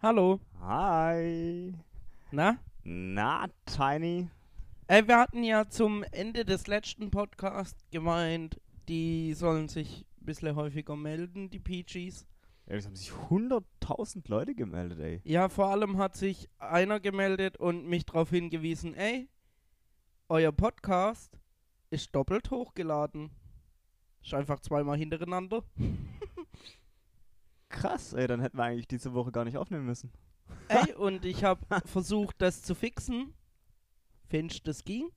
Hallo. Hi. Na? Na, Tiny. Ey, wir hatten ja zum Ende des letzten Podcasts gemeint, die sollen sich ein bisschen häufiger melden, die Peaches. Ja, es haben sich 100.000 Leute gemeldet, ey. Ja, vor allem hat sich einer gemeldet und mich darauf hingewiesen, ey, euer Podcast ist doppelt hochgeladen. Ist einfach zweimal hintereinander. Krass, ey, dann hätten wir eigentlich diese Woche gar nicht aufnehmen müssen. Ey, und ich habe versucht, das zu fixen. Finch, das ging.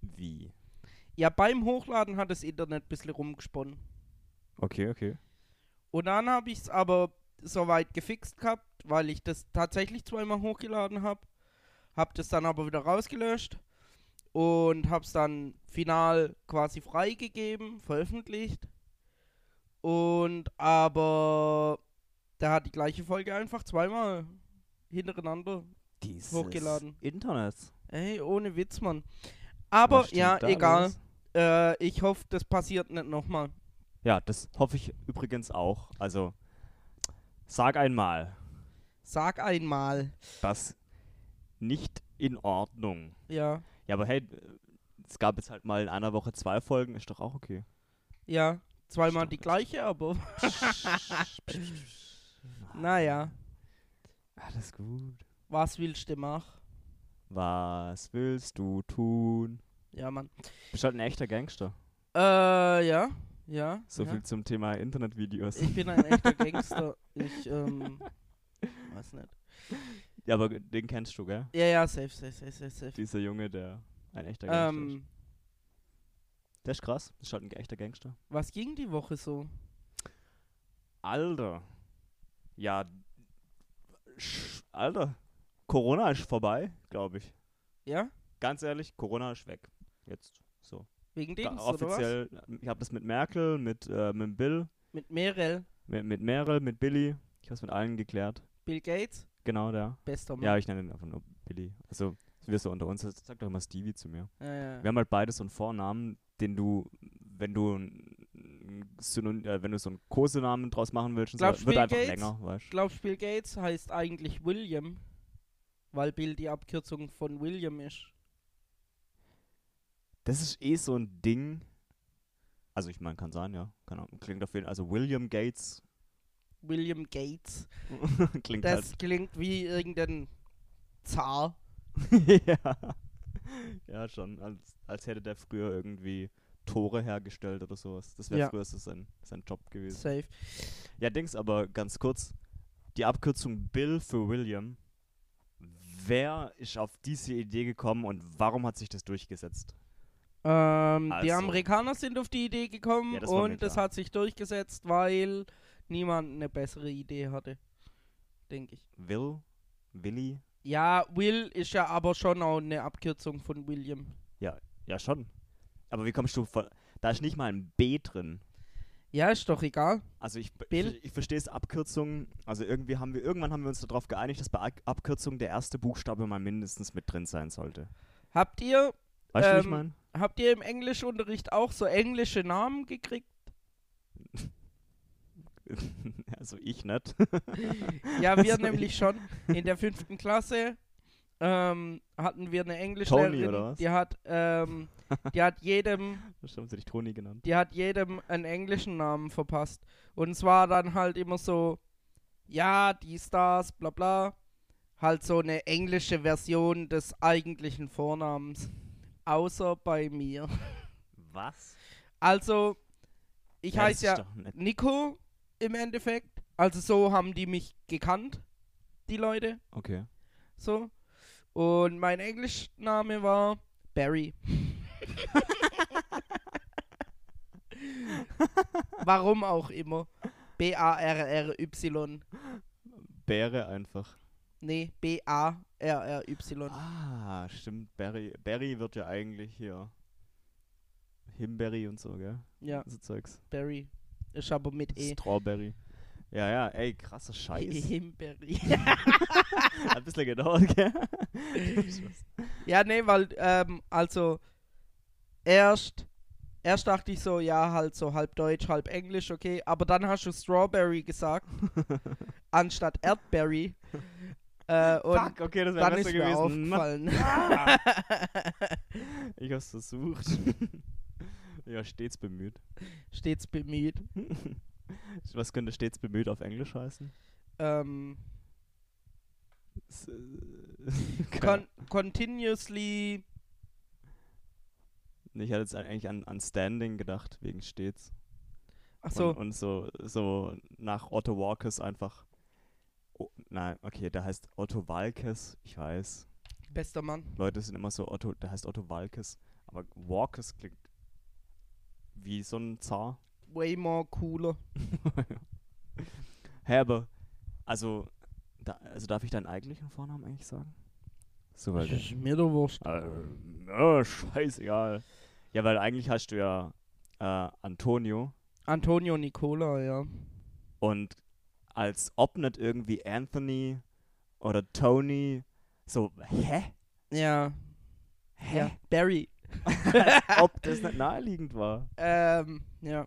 Wie? Ja, beim Hochladen hat das Internet ein bisschen rumgesponnen. Okay, okay. Und dann habe ich es aber soweit gefixt gehabt, weil ich das tatsächlich zweimal hochgeladen habe. Habe das dann aber wieder rausgelöscht und habe es dann final quasi freigegeben, veröffentlicht. Und aber da hat die gleiche Folge einfach zweimal hintereinander. Dieses Hochgeladen. Internet. Ey, ohne Witz, Mann. Aber Was stimmt ja, da egal. los? Äh, ich hoffe, das passiert nicht nochmal. Ja, das hoffe ich übrigens auch. Also, sag einmal, Sag einmal. das nicht in Ordnung. Ja, Ja, aber hey, es gab jetzt halt mal in einer Woche zwei Folgen, ist doch auch okay. ja. Zweimal die gleiche, aber naja. Alles gut. Was willst du machen? Was willst du tun? Ja, Mann. Bist halt ein echter Gangster. Äh, ja, ja. So ja. viel zum Thema Internetvideos. Ich bin ein echter Gangster. Ich, ähm, weiß nicht. Ja, aber den kennst du, gell? Ja, ja, safe, safe, safe, safe, safe. Dieser Junge, der ein echter Gangster ist. Ähm, Der ist krass. Das ist halt ein echter Gangster. was ging die Woche so? Alter. Ja. sch- Alter. Corona ist vorbei, glaube ich. Ja? Ganz ehrlich, Corona ist weg. Jetzt so. Wegen Da, Dings, oder was? offiziell, äh, ich habe das mit Merkel, mit, äh, mit Bill, Mit Merel, mit, mit Merel, mit Billy. Ich habe es mit allen geklärt. Bill Gates, Genau, der. bester Ja, Mann. ich nenne ihn einfach nur Billy. Also, wir so unter uns. das Sagt doch immer Stevie zu mir. Ja, ja. Wir haben halt beide so einen Vornamen, den du, wenn du, ein Synon äh, wenn du so einen Kosenamen draus machen willst, und so, Glaubst du, wird Bill einfach Gates? länger, weißt du? Glaubst du, Bill Gates heißt eigentlich William? Weil Bill die Abkürzung von William ist. Das ist eh so ein Ding. Also, ich meine, kann sein, ja. Keine Ahnung. Klingt auf jeden Fall. Also, William Gates William Gates. klingt Das klingt wie irgendein Zar. halt. ja. ja, schon. Als, als hätte der früher irgendwie Tore hergestellt oder sowas. Das wäre Ja. früher so sein, sein Job gewesen. Safe. Ja, Dings, aber ganz kurz. Die Abkürzung Bill für William. Wer ist auf diese Idee gekommen und warum hat sich das durchgesetzt? Ähm, Die Also. Amerikaner sind auf die Idee gekommen Ja, das war mir und das klar. hat sich durchgesetzt, weil niemand eine bessere Idee hatte. Denke ich. Will? Willi? Ja, Will ist ja aber schon auch eine Abkürzung von William. Ja, schon. Aber wie kommst du von. Da ist nicht mal ein B drin. Ja, ist doch egal. Also ich, Bill? ich, ich verstehe es Abkürzungen. Also irgendwie haben wir irgendwann haben wir uns darauf geeinigt, dass bei Ak- Abkürzungen der erste Buchstabe mal mindestens mit drin sein sollte. Habt ihr, Weißt du, wie ich Ähm, meine? habt ihr im Englischunterricht auch so englische Namen gekriegt? also ich nicht. Ja, wir Also nämlich schon. In der fünften Klasse ähm, hatten wir eine Englischlehrerin, Tony, oder was? die hat, ähm, die hat jedem Das haben sie dich Toni genannt. die hat jedem einen englischen Namen verpasst. Und es war dann halt immer so, ja, die Stars, bla bla. Halt so eine englische Version des eigentlichen Vornamens. Außer bei mir. Was? Also, ich Ja, das heiße ist ja doch nicht- Nico im Endeffekt. Also so haben die mich gekannt, die Leute. Okay. So. Und mein Englischname war Barry. Warum auch immer. B-A-R-R-Y. Bäre einfach. Nee, B-A-R-R-Y. Ah, stimmt. Berry, Berry wird ja eigentlich hier. Himberry und so, gell? Ja, So Zeugs. Barry. Ist aber mit E. Strawberry. Ja, ja, ey, krasser Eh. Scheiß. Himberry. Hat ein bisschen gedauert, gell? Ja, nee, weil, ähm, also, erst, erst dachte ich so, ja, halt so halb Deutsch, halb Englisch, okay, aber dann hast du Strawberry gesagt, anstatt Erdberry. Äh, und Fuck, okay, das wäre dann besser ist mir gewesen. Na, aufgefallen. ah. ich hab's versucht. ja, stets bemüht. Stets bemüht. Was könnte stets bemüht auf Englisch heißen? Ähm, S- con Keine continuously, Ich hatte jetzt eigentlich an, an Standing gedacht, wegen stets. ach so, Und, und so, so nach Otto Walkes einfach. Oh, nein, okay, der heißt Otto Walkes, ich weiß. bester Mann. Leute sind immer so Otto, der heißt Otto Walkes. Aber Walkes klingt wie so ein Zar. Way more cooler. Hä, aber, also, da, also darf ich deinen eigentlichen Vornamen eigentlich sagen? So, weil der- mir doch wurscht. Ähm, oh, scheißegal. Ja, weil eigentlich hast du ja äh, Antonio Antonio Nicola, ja. und als ob nicht irgendwie Anthony oder Tony so, hä? Ja, Hä? ja. Barry. Als ob das nicht naheliegend war. Ähm, ja.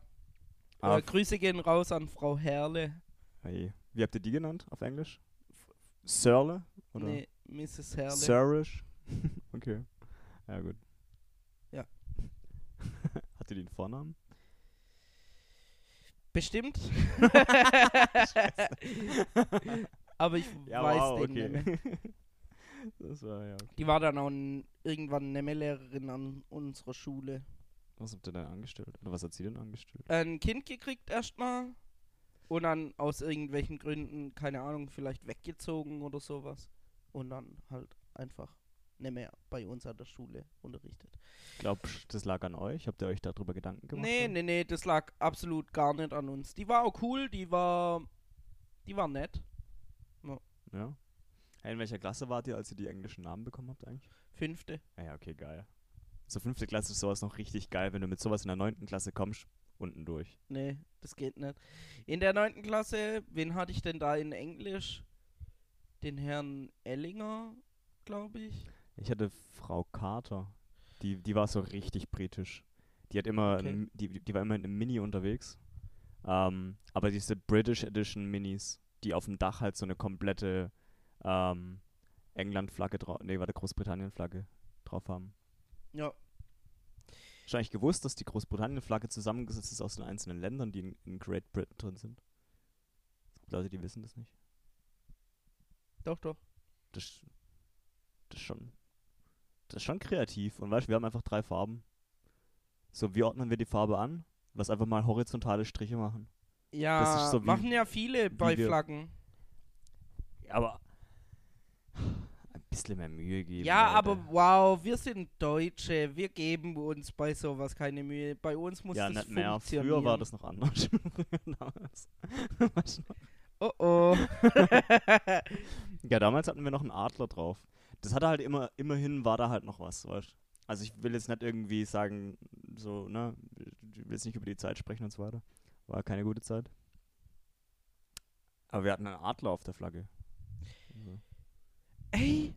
Ah, Äh, Grüße gehen raus an Frau Herle. hey. Wie habt ihr die genannt auf Englisch? Sirle? Oder? Nee, Mrs. Herle. Sirish? okay. Ja, gut. Ja. Hatte die einen Vornamen? Bestimmt. Aber ich weiß den nicht mehr. das war ja. Okay. Die war dann auch n- irgendwann Nemme-Lehrerin an unserer Schule. Was habt ihr denn angestellt? Oder was hat sie denn angestellt? Ein Kind gekriegt erstmal und dann aus irgendwelchen Gründen, keine Ahnung, vielleicht weggezogen oder sowas. Und dann halt einfach Nemme bei uns an der Schule unterrichtet. Glaubst das lag an euch? Habt ihr euch darüber Gedanken gemacht? Nee, nee, nee, das lag absolut gar nicht an uns. Die war auch cool, die war. Die war nett. Ja. Hey, in welcher Klasse wart ihr, als ihr die englischen Namen bekommen habt eigentlich? Fünfte. Ah Ja, ja, okay, geil. So fünfte Klasse ist sowas noch richtig geil, wenn du mit sowas in der neunten Klasse kommst, unten durch. Nee, das geht nicht. In der neunten Klasse, wen hatte ich denn da in Englisch? Den Herrn Ellinger, glaube ich. Ich hatte Frau Carter. Die, die war so richtig britisch. Die hat immer, Okay. ein- die, die war immer in einem Mini unterwegs. Ähm, aber diese British Edition Minis, die auf dem Dach halt so eine komplette ähm, England-Flagge drauf, nee, warte, Großbritannien-Flagge drauf haben. Ja, Wahrscheinlich gewusst, dass die Großbritannien-Flagge zusammengesetzt ist aus den einzelnen Ländern, die in, in Great Britain drin sind. Es gibt Leute, die wissen das nicht. doch, doch. Das, das, ist schon, das ist schon kreativ. Und weißt du, wir haben einfach drei Farben. So, wie ordnen wir die Farbe an? Lass einfach mal horizontale Striche machen. Ja, ist so wie- machen ja viele bei wir- Flaggen. Aber ein bisschen mehr Mühe geben. Ja, Leute. aber wow, wir sind Deutsche. Wir geben uns bei sowas keine Mühe. Bei uns muss ja, das nicht mehr. funktionieren. Früher war das noch anders. Damals. Weißt du noch? Oh oh. Ja, damals hatten wir noch einen Adler drauf. Das hatte halt immer, immerhin war da halt noch was, weißt Also ich will jetzt nicht irgendwie sagen, so, ne, ich will jetzt nicht über die Zeit sprechen und so weiter. War keine gute Zeit. Aber wir hatten einen Adler auf der Flagge. Also, Ey,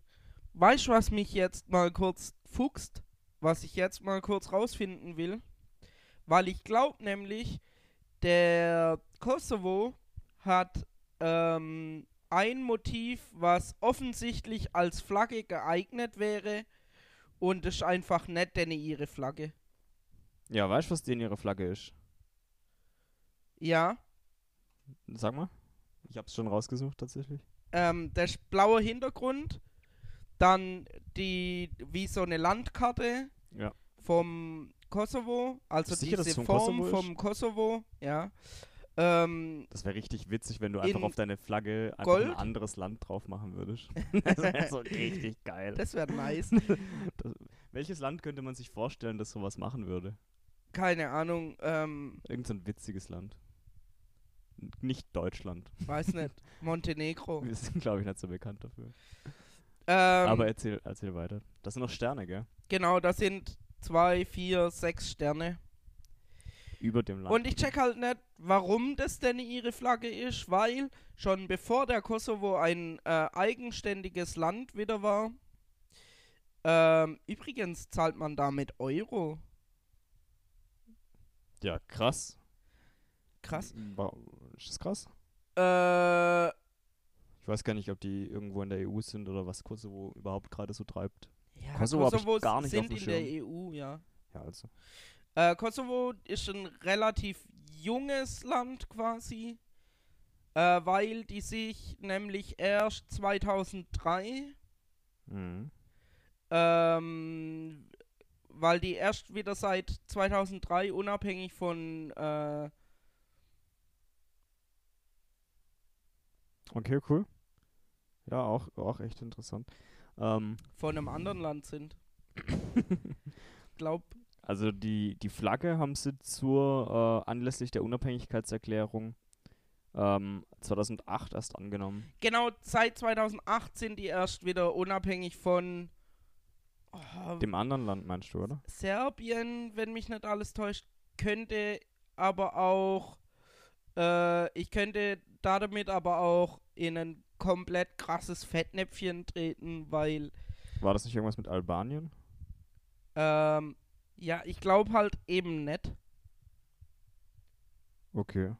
weißt du, was mich jetzt mal kurz fuchst? Was ich jetzt mal kurz rausfinden will? Weil ich glaube nämlich, der Kosovo hat ähm, ein Motiv, was offensichtlich als Flagge geeignet wäre. Und das ist einfach nicht denn ihre Flagge. Ja, weißt du, was die in ihrer Flagge ist? Ja, Sag mal. Ich hab's schon rausgesucht tatsächlich. ähm, das ist blauer Hintergrund. Dann die, wie so eine Landkarte. Ja. vom Kosovo, also Sicher, dass es diese vom Form Kosovo ist? vom Kosovo, ja. Ähm, Das wäre richtig witzig, wenn du einfach In auf deine Flagge einfach ein Gold? anderes Land drauf machen würdest. das wäre so richtig geil. das wäre nice. Das, welches Land könnte man sich vorstellen, das sowas machen würde? Keine Ahnung, ähm, Irgend so ein witziges Land. N- Nicht Deutschland. weiß nicht. Montenegro. Wir sind, glaube ich, nicht so bekannt dafür. Ähm, Aber erzähl, erzähl weiter. Das sind noch Sterne, gell? genau, das sind zwei, vier, sechs Sterne. Über dem Land. Und ich check halt nicht, warum das denn ihre Flagge ist, weil schon bevor der Kosovo ein äh, eigenständiges Land wieder war, Ähm, übrigens zahlt man damit Euro. Ja, krass. Krass. Wow, Ist das krass? Äh, Ich weiß gar nicht, ob die irgendwo in der EU sind oder was Kosovo überhaupt gerade so treibt. ja, Kosovo hab ich Kosovos gar nicht auf sind dem in der EU, ja. Ja, also. Äh, Kosovo ist ein relativ junges Land quasi, äh, weil die sich nämlich erst 2003, Mhm. ähm, weil die erst wieder seit 2003 unabhängig von, äh, Okay, cool. Ja, auch, auch echt interessant. Ähm, von einem anderen Land sind. Glaub, also die, die Flagge haben sie zur äh, anlässlich der Unabhängigkeitserklärung ähm, 2008 erst angenommen. genau, seit 2008 sind die erst wieder unabhängig von oh, Dem anderen Land meinst du, oder? Serbien, wenn mich nicht alles täuscht, könnte aber auch, äh, ich könnte da damit aber auch in ein komplett krasses Fettnäpfchen treten, weil, War das nicht irgendwas mit Albanien? ähm, ja, ich glaube halt eben nicht. Okay.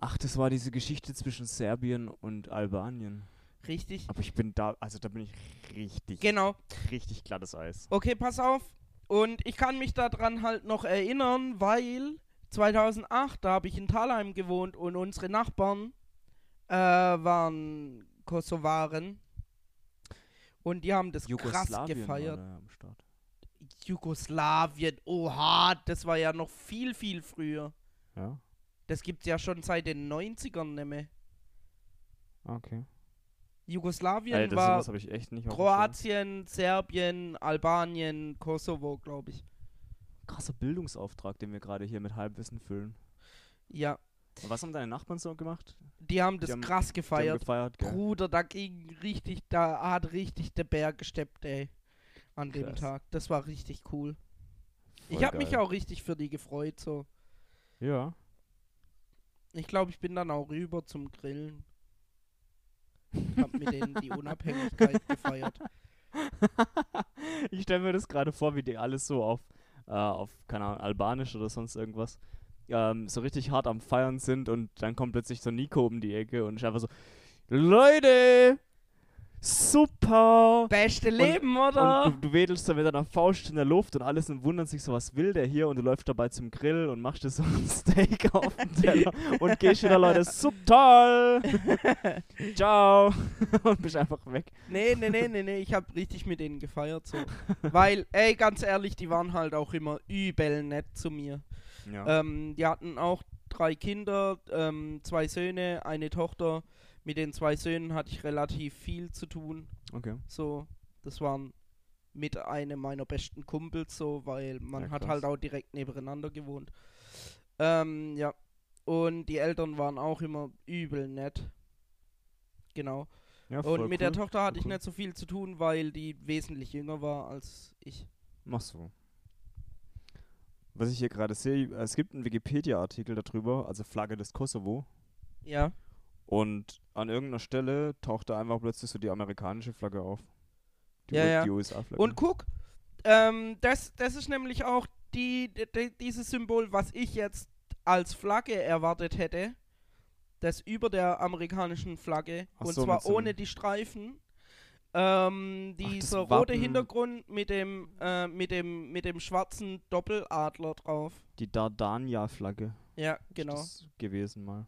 Ach, das war diese Geschichte zwischen Serbien und Albanien. Richtig? Aber ich bin da, also da bin ich richtig, Genau. richtig glattes Eis. Okay, pass auf. Und ich kann mich daran halt noch erinnern, weil 2008, da habe ich in Thalheim gewohnt und unsere Nachbarn äh, waren Kosovaren. Und die haben das krass gefeiert. da am Start. Jugoslawien, oha, das war ja noch viel, viel früher. Ja, Das gibt's ja schon seit den 90ern nicht mehr. ah, okay. Jugoslawien Ey, das war sowas habe ich echt nicht auf dem Schirm. Kroatien, Serbien, Albanien, Kosovo, glaube ich. Krasser Bildungsauftrag, den wir gerade hier mit Halbwissen füllen. Ja, Und was haben deine Nachbarn so gemacht? die haben das haben- krass Die haben gefeiert. gefeiert, gell? Bruder, da ging richtig, da hat richtig der Bär gesteppt, ey. An dem Krass. Tag. Das war richtig cool. ich Voll habe mich geil. auch richtig für die gefreut, so. Ja. Ich glaube, ich bin dann auch rüber zum Grillen. Hab mit denen die Unabhängigkeit gefeiert. ich stelle mir das gerade vor, wie die alles so auf, äh, auf, keine Ahnung, Albanisch oder sonst irgendwas, ähm, so richtig hart am Feiern sind und dann kommt plötzlich so Nico um die Ecke und ist einfach so, Leute, super! Beste Leben, oder? Und du, du wedelst da mit deiner Faust in der Luft und alles und wundern sich so, was will der hier? Und du läufst dabei zum Grill und machst dir so ein Steak auf den Teller und gehst wieder, Leute, sup toll! Ciao! und bist einfach weg. Nee, nee, nee, nee, nee, ich hab richtig mit denen gefeiert, so. Weil, ey, ganz ehrlich, die waren halt auch immer übel nett zu mir. Ähm, die hatten auch drei Kinder, ähm, zwei Söhne, eine Tochter. Mit den zwei Söhnen hatte ich relativ viel zu tun. okay. So, das waren mit einem meiner besten Kumpels so, weil man Ja, hat krass. halt auch direkt nebeneinander gewohnt. Ähm, ja. Und die Eltern waren auch immer übel nett. Genau. Ja, Und mit der cool. Tochter hatte voll ich cool. nicht so viel zu tun, weil die wesentlich jünger war als ich. Mach so. Was ich hier gerade sehe, es gibt einen Wikipedia-Artikel darüber, also Flagge des Kosovo. Ja. Und an irgendeiner Stelle taucht da einfach plötzlich so die amerikanische Flagge auf. Die, Ja, U- ja. die USA-Flagge. Und guck, ähm, das, das ist nämlich auch die, die, dieses Symbol, was ich jetzt als Flagge erwartet hätte. Das über der amerikanischen Flagge. Ach und so, zwar mit so einem- ohne die Streifen. Ähm, Ach, das dieser rote Wappen. Hintergrund mit dem, äh, mit dem, mit dem schwarzen Doppeladler drauf. die Dardania-Flagge. Ja, ist genau. das gewesen mal.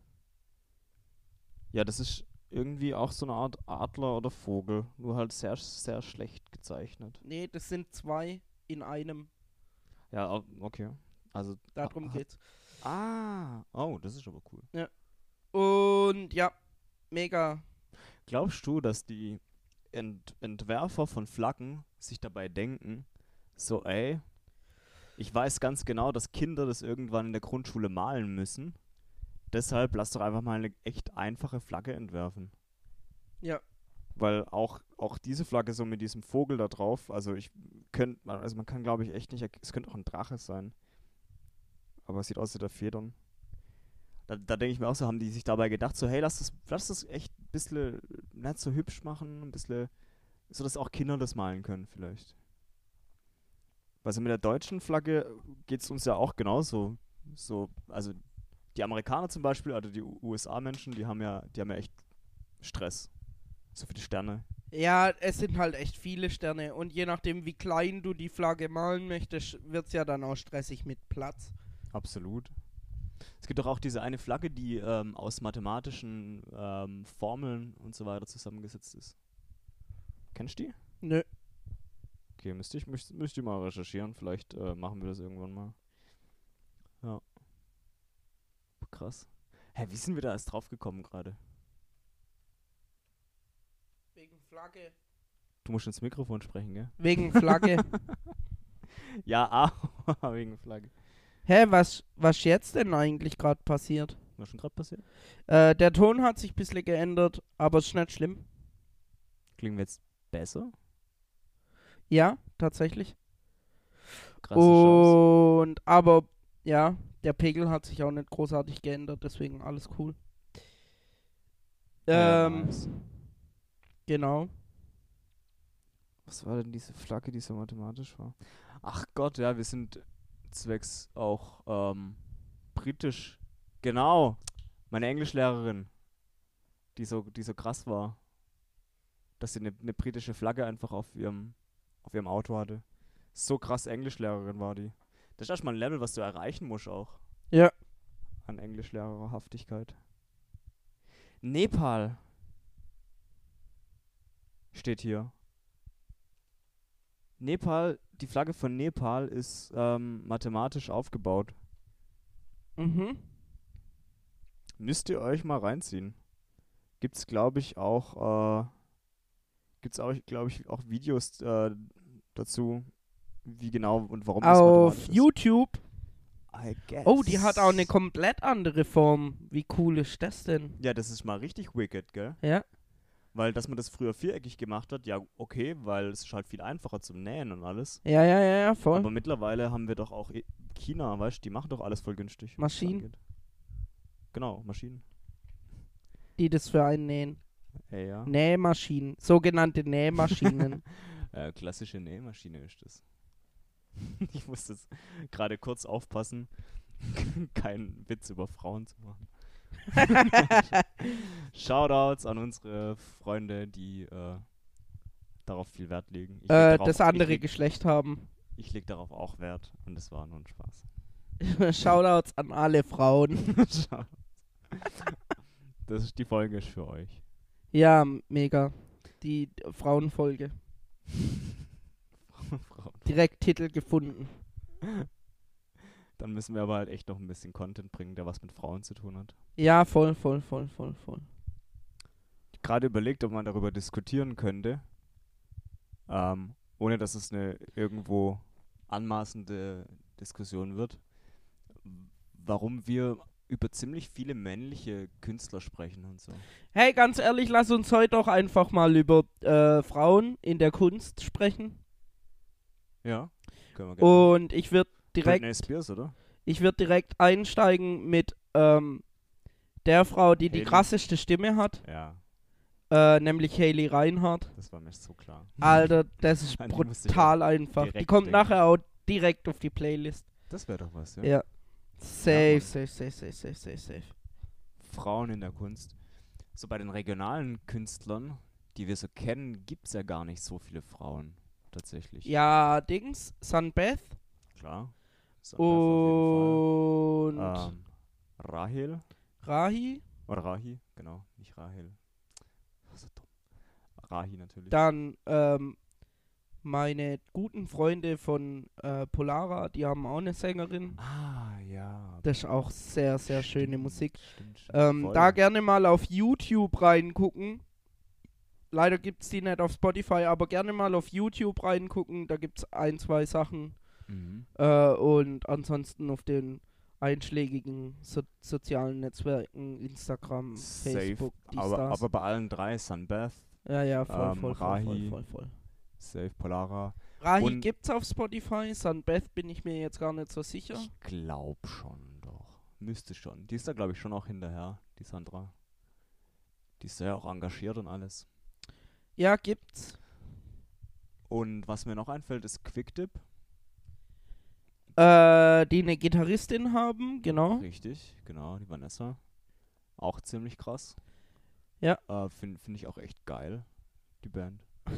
Ja, das ist irgendwie auch so eine Art Adler oder Vogel, nur halt sehr, sehr schlecht gezeichnet. Nee, das sind zwei in einem. Ja, au- okay. Also, Darum Ah, ah. geht's. ah, oh, das ist aber cool. Und ja, mega. Glaubst du, dass die Ent Entwerfer von Flaggen sich dabei denken, so ey, ich weiß ganz genau, dass Kinder das irgendwann in der Grundschule malen müssen. Deshalb lass doch einfach mal eine echt einfache Flagge entwerfen. Ja. Weil auch, auch diese Flagge so mit diesem Vogel da drauf, also ich könnte, also man kann glaube ich echt nicht, erk- es könnte auch ein Drache sein. Aber es sieht aus wie der Federn. Da, da denke ich mir auch so, haben die sich dabei gedacht, so hey, lass das, lass das echt ein bisschen nicht so hübsch machen, ein bisschen So dass auch Kinder das malen können, vielleicht. Also mit der deutschen Flagge geht es uns ja auch genauso. So, also die Amerikaner zum Beispiel, also die USA-Menschen, die haben ja, die haben ja echt Stress. So viele Sterne. Ja, es sind halt echt viele Sterne. Und je nachdem, wie klein du die Flagge malen möchtest, wird es ja dann auch stressig mit Platz. Absolut. Es gibt doch auch diese eine Flagge, die ähm, aus mathematischen ähm, Formeln und so weiter zusammengesetzt ist. Kennst du die? Nö. Okay, müsste ich, müsste müsst ich mal recherchieren. Vielleicht äh, machen wir das irgendwann mal. Ja. Krass. Hä, wie sind wir da erst drauf gekommen gerade? Wegen Flagge. Du musst ins Mikrofon sprechen, gell? Wegen Flagge. Ja, ah, wegen Flagge. Hä, was, was jetzt denn eigentlich gerade passiert? Was schon gerade passiert? Äh, der Ton hat sich ein bisschen geändert, aber ist nicht schlimm. Klingen wir jetzt besser? Ja, tatsächlich. Krasse Oh, Chance. Und, aber, ja, der Pegel hat sich auch nicht großartig geändert, deswegen alles cool. Ja, Ähm, nice. genau. Was war denn diese Flagge, die so mathematisch war? Ach Gott, ja, wir sind zwecks auch ähm, britisch. Genau, meine Englischlehrerin, die so, die so krass war, dass sie eine ne britische Flagge einfach auf ihrem, auf ihrem Auto hatte. So krass Englischlehrerin war die. Das ist erstmal ein Level, was du erreichen musst auch. Ja. An Englischlehrerhaftigkeit. Nepal steht hier. Nepal, die Flagge von Nepal ist ähm, mathematisch aufgebaut. Mhm. Müsst ihr euch mal reinziehen. Gibt's glaube ich auch äh, gibt's auch glaube ich auch Videos äh, dazu, wie genau und warum das Auf mathematisch ist. YouTube. I guess. Oh, die hat auch eine komplett andere Form. Wie cool ist das denn? Ja, das ist mal richtig wicked, gell? Ja. Weil dass man das früher viereckig gemacht hat, ja, okay, weil es ist halt viel einfacher zum nähen und alles. Ja, ja, ja, ja, voll. Aber mittlerweile haben wir doch auch i- China, weißt du, die machen doch alles voll günstig. was das Maschinen. angeht. Genau, Maschinen. die das für einen nähen. Ey, ja. Nähmaschinen. Sogenannte Nähmaschinen. Äh, klassische Nähmaschine ist das. ich muss jetzt gerade kurz aufpassen, keinen Witz über Frauen zu machen. Shoutouts an unsere Freunde, die äh, darauf viel Wert legen. Ich leg äh, darauf- das andere Ich leg, Geschlecht haben. ich leg darauf auch Wert und es war nur ein Spaß. Shoutouts an alle Frauen. Shoutouts. das ist die Folge ist für euch. Ja, mega. Die Frauenfolge. Frauen. Direkt Titel gefunden. Dann müssen wir aber halt echt noch ein bisschen Content bringen, der was mit Frauen zu tun hat. Ja, voll, voll, voll, voll, voll. gerade überlegt, ob man darüber diskutieren könnte, ähm, ohne dass es eine irgendwo anmaßende Diskussion wird, warum wir über ziemlich viele männliche Künstler sprechen und so. Hey, ganz ehrlich, lass uns heute doch einfach mal über äh, Frauen in der Kunst sprechen. Ja. Können wir gerne. machen. Und ich würde Oh, direkt, Britney Spears, oder? ich würd direkt einsteigen mit ähm, der Frau, die die Hailey. krasseste Stimme hat, Ja, äh, nämlich Hayley Reinhardt. das war mir so klar. Alter, das ist An die musste ich brutal einfach. Die direkt kommt denken. nachher auch direkt auf die Playlist. Das wäre doch was, ja? Ja. Safe, Ja, Mann. safe, safe, safe, safe, safe, safe. Frauen in der Kunst. So bei den regionalen Künstlern, die wir so kennen, gibt es ja gar nicht so viele Frauen tatsächlich. Ja, Dings, Sunbeth Klar. Ist am besten auf jeden Fall. und Ähm, Rahel Rahi. oder Rahi, genau, nicht Rahel. So dumm. Rahi natürlich. Dann ähm, meine guten Freunde von äh, Polara, die haben auch eine Sängerin. ah, ja. Das ist auch sehr, sehr schöne stimmt, Musik. Stimmt, stimmt, Ähm, voll. da gerne mal auf YouTube reingucken. Leider gibt es die nicht auf Spotify, aber gerne mal auf YouTube reingucken. Da gibt es ein, zwei Sachen. mhm. Äh, und ansonsten auf den einschlägigen so sozialen Netzwerken, Instagram, Safe, Facebook, dies, aber, das. aber bei allen drei, Sunbath, ja, ja, voll, ähm, voll, voll, voll, Rahi. voll, voll. Safe Polara. Rahi Und- gibt's auf Spotify, Sunbeth bin ich mir jetzt gar nicht so sicher. Ich glaub schon doch. Müsste schon. Die ist da, glaube ich, schon auch hinterher, die Sandra. Die ist ja auch engagiert und alles. Ja, gibt's. Und was mir noch einfällt, ist Quicktip. Äh, die eine Gitarristin haben, genau. Richtig, genau, die Vanessa. Auch ziemlich krass. Ja. Äh, Finde find ich auch echt geil, die Band.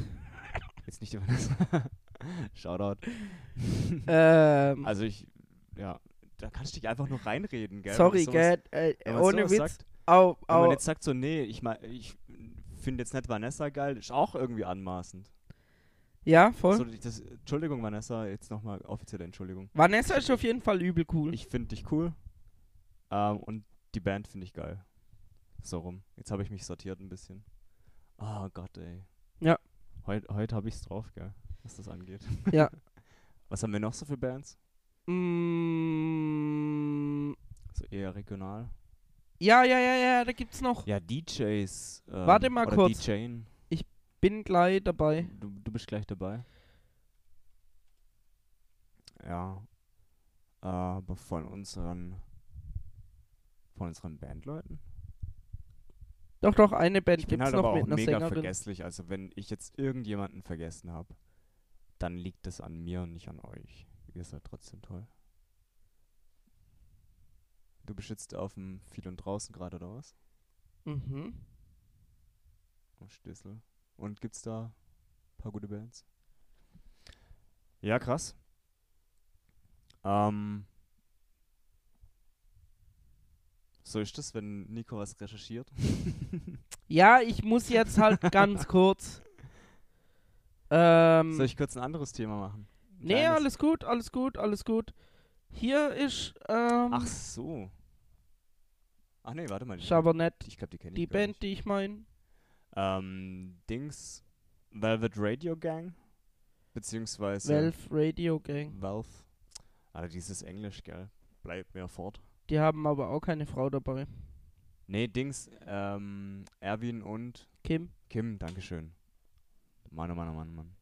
Jetzt nicht die Vanessa. Shoutout. Ähm, Also ich, ja, da kannst du dich einfach nur reinreden, gell? sorry, Wenn sowas- gell? Äh, wenn man ohne sowas Witz. Sagt, au, wenn man au, jetzt sagt so, nee, ich, mein, ich finde jetzt nicht Vanessa geil, ist auch irgendwie anmaßend. ja, voll. So, das, Entschuldigung, Vanessa, jetzt nochmal offizielle Entschuldigung. Vanessa ist auf jeden Fall übel cool. Ich finde dich cool ähm, und die Band finde ich geil. So rum. Jetzt habe ich mich sortiert ein bisschen. Oh Gott, ey. Ja. Heute heut habe ich es drauf, gell, was das angeht. Ja. was haben wir noch so für Bands? Mm, So eher regional. ja, ja, ja, ja, da gibt's noch. Ja, DJs. Ähm, Warte mal oder kurz. DJen. Bin gleich dabei. Du, du bist gleich dabei. Ja. äh, Aber von unseren von unseren Bandleuten? Doch, doch, eine Band Ich bin gibt's halt noch aber auch mit einer mega Sängerin. vergesslich. Also wenn ich jetzt irgendjemanden vergessen habe, dann liegt es an mir und nicht an euch. Ihr seid trotzdem toll. Du bist jetzt auf dem Viel und draußen gerade oder was? Mhm. Am Schlüssel. Und gibt's da ein paar gute Bands? Ja, krass. Ähm, so ist das, wenn Nico was recherchiert. Ja, ich muss jetzt halt ganz kurz. Ähm, Soll ich kurz ein anderes Thema machen? Ein nee, kleines? alles gut, alles gut, alles gut. Hier ist ähm, Ach so. Ach nee, warte mal. die- Chabernet, Ich glaube, die kenne ich die gar Band, Nicht. die ich meine. Ähm, Dings, Velvet Radio Gang, beziehungsweise Valve Radio Gang. Valve. Alter, dieses Englisch, gell? Bleibt mir fort. Die haben aber auch keine Frau dabei. Nee, Dings, ähm, Erwin und Kim, Kim, Dankeschön. Mann, oh Mann, oh Mann, oh Mann.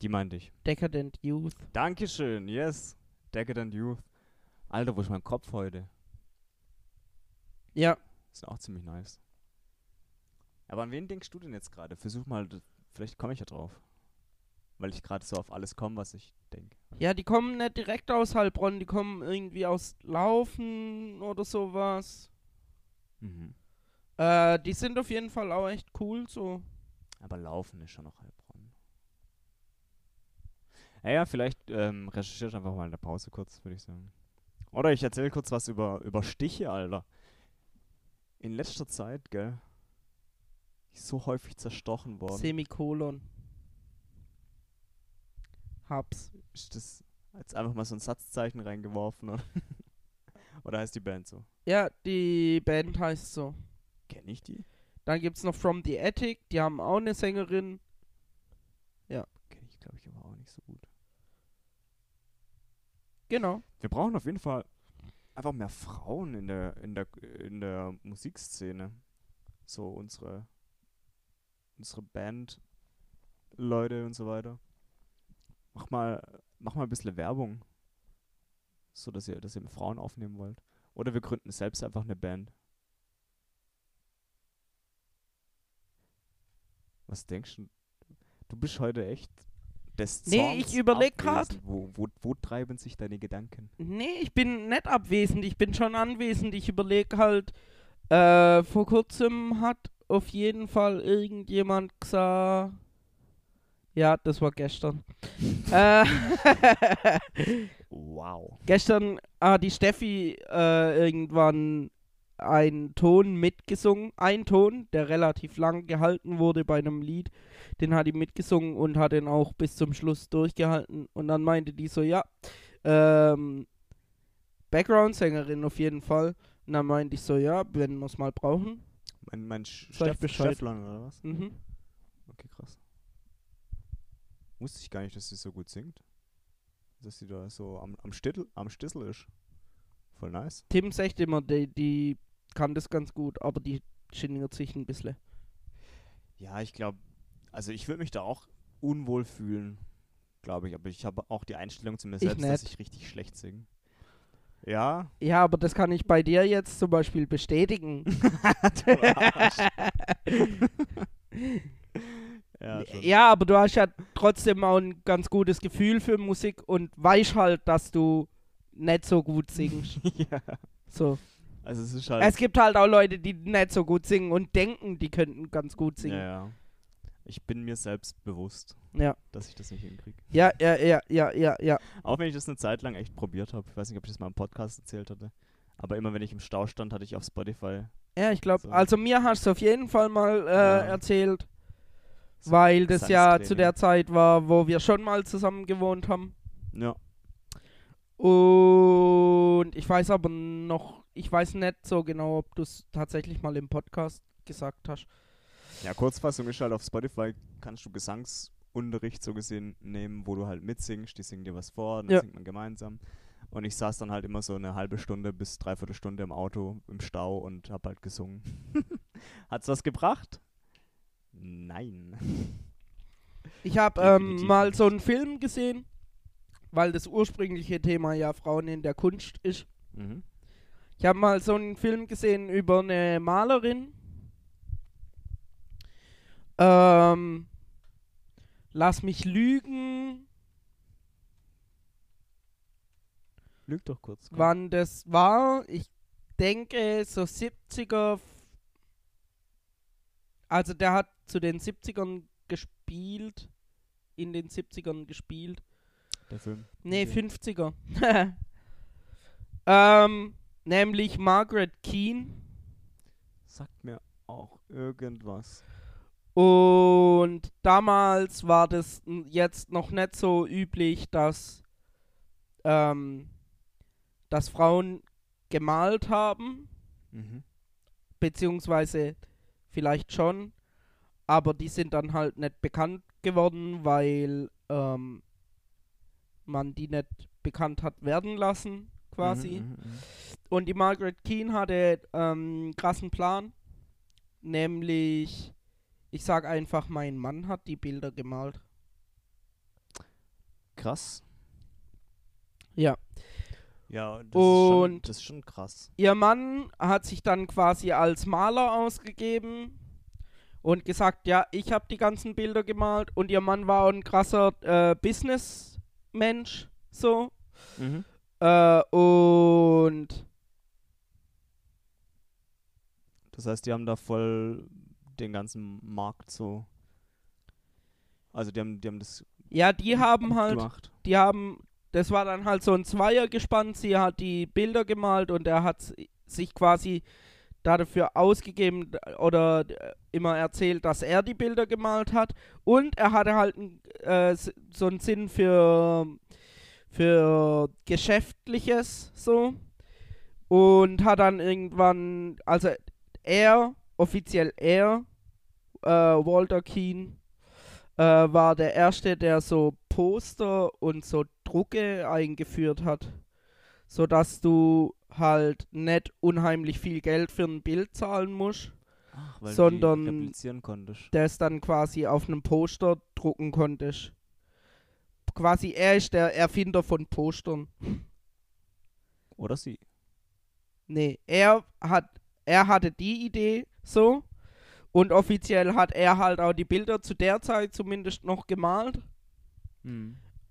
Die meinte ich. Decadent Youth. Dankeschön, yes. Decadent Youth. Alter, wo ist mein Kopf heute? Ja, Ist auch ziemlich nice. Aber an wen denkst du denn jetzt gerade? Versuch mal, d- vielleicht komme ich ja drauf. Weil ich gerade so auf alles komme, was ich denke. ja, die kommen nicht direkt aus Heilbronn, die kommen irgendwie aus Laufen oder sowas. Mhm. Äh, die sind auf jeden Fall auch echt cool, so. Aber Laufen ist schon noch Heilbronn. Naja, vielleicht ähm, recherchiere ich einfach mal in der Pause kurz, würde ich sagen. Oder ich erzähle kurz was über, über Stiche, Alter. In letzter Zeit, gell? Ich so häufig zerstochen worden. Semikolon. Hab's. ist das jetzt einfach mal so ein Satzzeichen reingeworfen? Oder, oder heißt die Band so? Ja, die Band heißt so. Kenne ich die? Dann gibt's noch From the Attic, die haben auch eine Sängerin. Kenne ich, glaube ich, aber auch nicht so gut. Genau. Wir brauchen auf jeden Fall einfach mehr Frauen in der, in der, in der Musikszene. So unsere, unsere Band, Leute und so weiter. Mach mal, mach mal ein bisschen Werbung. So, dass ihr, dass ihr Frauen aufnehmen wollt. Oder wir gründen selbst einfach eine Band. Was denkst du? Du bist heute echt des Nee, Zorns ich überleg grad. abwesend. Wo, wo, wo treiben sich deine Gedanken? Nee, ich bin nicht abwesend, ich bin schon anwesend. Ich überlege halt, äh, vor kurzem hat auf jeden Fall irgendjemand gesagt. Ja, das war gestern. äh, Wow. gestern hat die Steffi äh, irgendwann einen Ton mitgesungen. Ein Ton, der relativ lang gehalten wurde bei einem Lied. Den hat die mitgesungen und hat den auch bis zum Schluss durchgehalten. Und dann meinte die so, ja, ähm, Background-Sängerin auf jeden Fall. Und dann meinte ich so, ja, wenn wir es mal brauchen. Mein, mein Sag ich Steff Bescheid. Stefflon oder was? Mhm. Okay, krass. Wusste ich gar nicht, dass sie so gut singt. Dass sie da so am, am, Stittel, am Stissel ist. Voll nice. Tim sagt immer, die, die kann das ganz gut, aber die geniert sich ein bisschen. Ja, ich glaube, also ich würde mich da auch unwohl fühlen, glaube ich. Aber ich habe auch die Einstellung zu mir Ich selbst, dass nicht. ich richtig schlecht singe. Ja. Ja, aber das kann ich bei dir jetzt zum Beispiel bestätigen. Du Arsch. Ja, schon. Ja, aber du hast ja trotzdem auch ein ganz gutes Gefühl für Musik und weißt halt, dass du nicht so gut singst. ja. So. Also es ist halt. Es gibt halt auch Leute, die nicht so gut singen und denken, die könnten ganz gut ja, singen. ja. Ich bin mir selbst bewusst, Ja. dass ich das nicht hinkriege. Ja, ja, ja, ja, ja, ja. Auch wenn ich das eine Zeit lang echt probiert habe. Ich weiß nicht, ob ich das mal im Podcast erzählt hatte. Aber immer wenn ich im Stau stand, hatte ich auf Spotify. Ja, ich glaube, So. also mir hast du auf jeden Fall mal äh, Ja. erzählt, So weil das ja zu Gesangstraining. der Zeit war, wo wir schon mal zusammen gewohnt haben. Ja. Und ich weiß aber noch, ich weiß nicht so genau, ob du es tatsächlich mal im Podcast gesagt hast. Ja, Kurzfassung ist halt auf Spotify kannst du Gesangsunterricht so gesehen nehmen, wo du halt mitsingst, die singen dir was vor, dann Ja. singt man gemeinsam. Und ich saß dann halt immer so eine halbe Stunde bis dreiviertel Stunde im Auto im Stau und hab halt gesungen. Hat's was gebracht? Nein. Ich habe Definitiv ähm, mal nicht. so einen Film gesehen, weil das ursprüngliche Thema ja Frauen in der Kunst ist. Mhm. Ich habe mal so einen Film gesehen über eine Malerin. Ähm, lass mich lügen, Lüg doch kurz. komm. wann das war. Ich denke so 70er. f- Also der hat zu den 70ern gespielt. In den 70ern gespielt. Der Film. Nee, Okay. 50er. ähm, nämlich Margaret Keane Sagt mir auch irgendwas. Und damals war das n- jetzt noch nicht so üblich, dass, ähm, dass Frauen gemalt haben, Mhm. beziehungsweise vielleicht schon, aber die sind dann halt nicht bekannt geworden, weil ähm, man die nicht bekannt hat werden lassen, quasi. Mhm, mhm, mhm. Und die Margaret Keane hatte ähm, einen krassen Plan. Nämlich, ich sag einfach, mein Mann hat die Bilder gemalt. Krass. Ja. Ja, das, Ist schon, Und- das ist schon krass. Ihr Mann hat sich dann quasi als Maler ausgegeben und gesagt, ja, ich habe die ganzen Bilder gemalt. Und ihr Mann war auch ein krasser äh, Businessmensch, so. Mhm. Äh, und Das heißt, die haben da voll den ganzen Markt so. Also die haben, die haben das ja, die haben gut halt gemacht. die haben, das war dann halt so ein Zweier gespannt, sie hat die Bilder gemalt und er hat si- sich quasi dafür ausgegeben d- oder d- immer erzählt, dass er die Bilder gemalt hat und er hatte halt n- äh, s- so einen Sinn für, für Geschäftliches so und hat dann irgendwann, also er, offiziell er, äh, Walter Keane, äh, war der erste, der so Poster und so Drucke eingeführt hat, sodass du halt nicht unheimlich viel Geld für ein Bild zahlen musst, Ach, weil sondern- du die replizieren konntest. das dann quasi auf einem Poster drucken konntest. Quasi er ist der Erfinder von Postern. Oder sie. Nee, er hat er hatte die Idee so und offiziell hat er halt auch die Bilder zu der Zeit zumindest noch gemalt.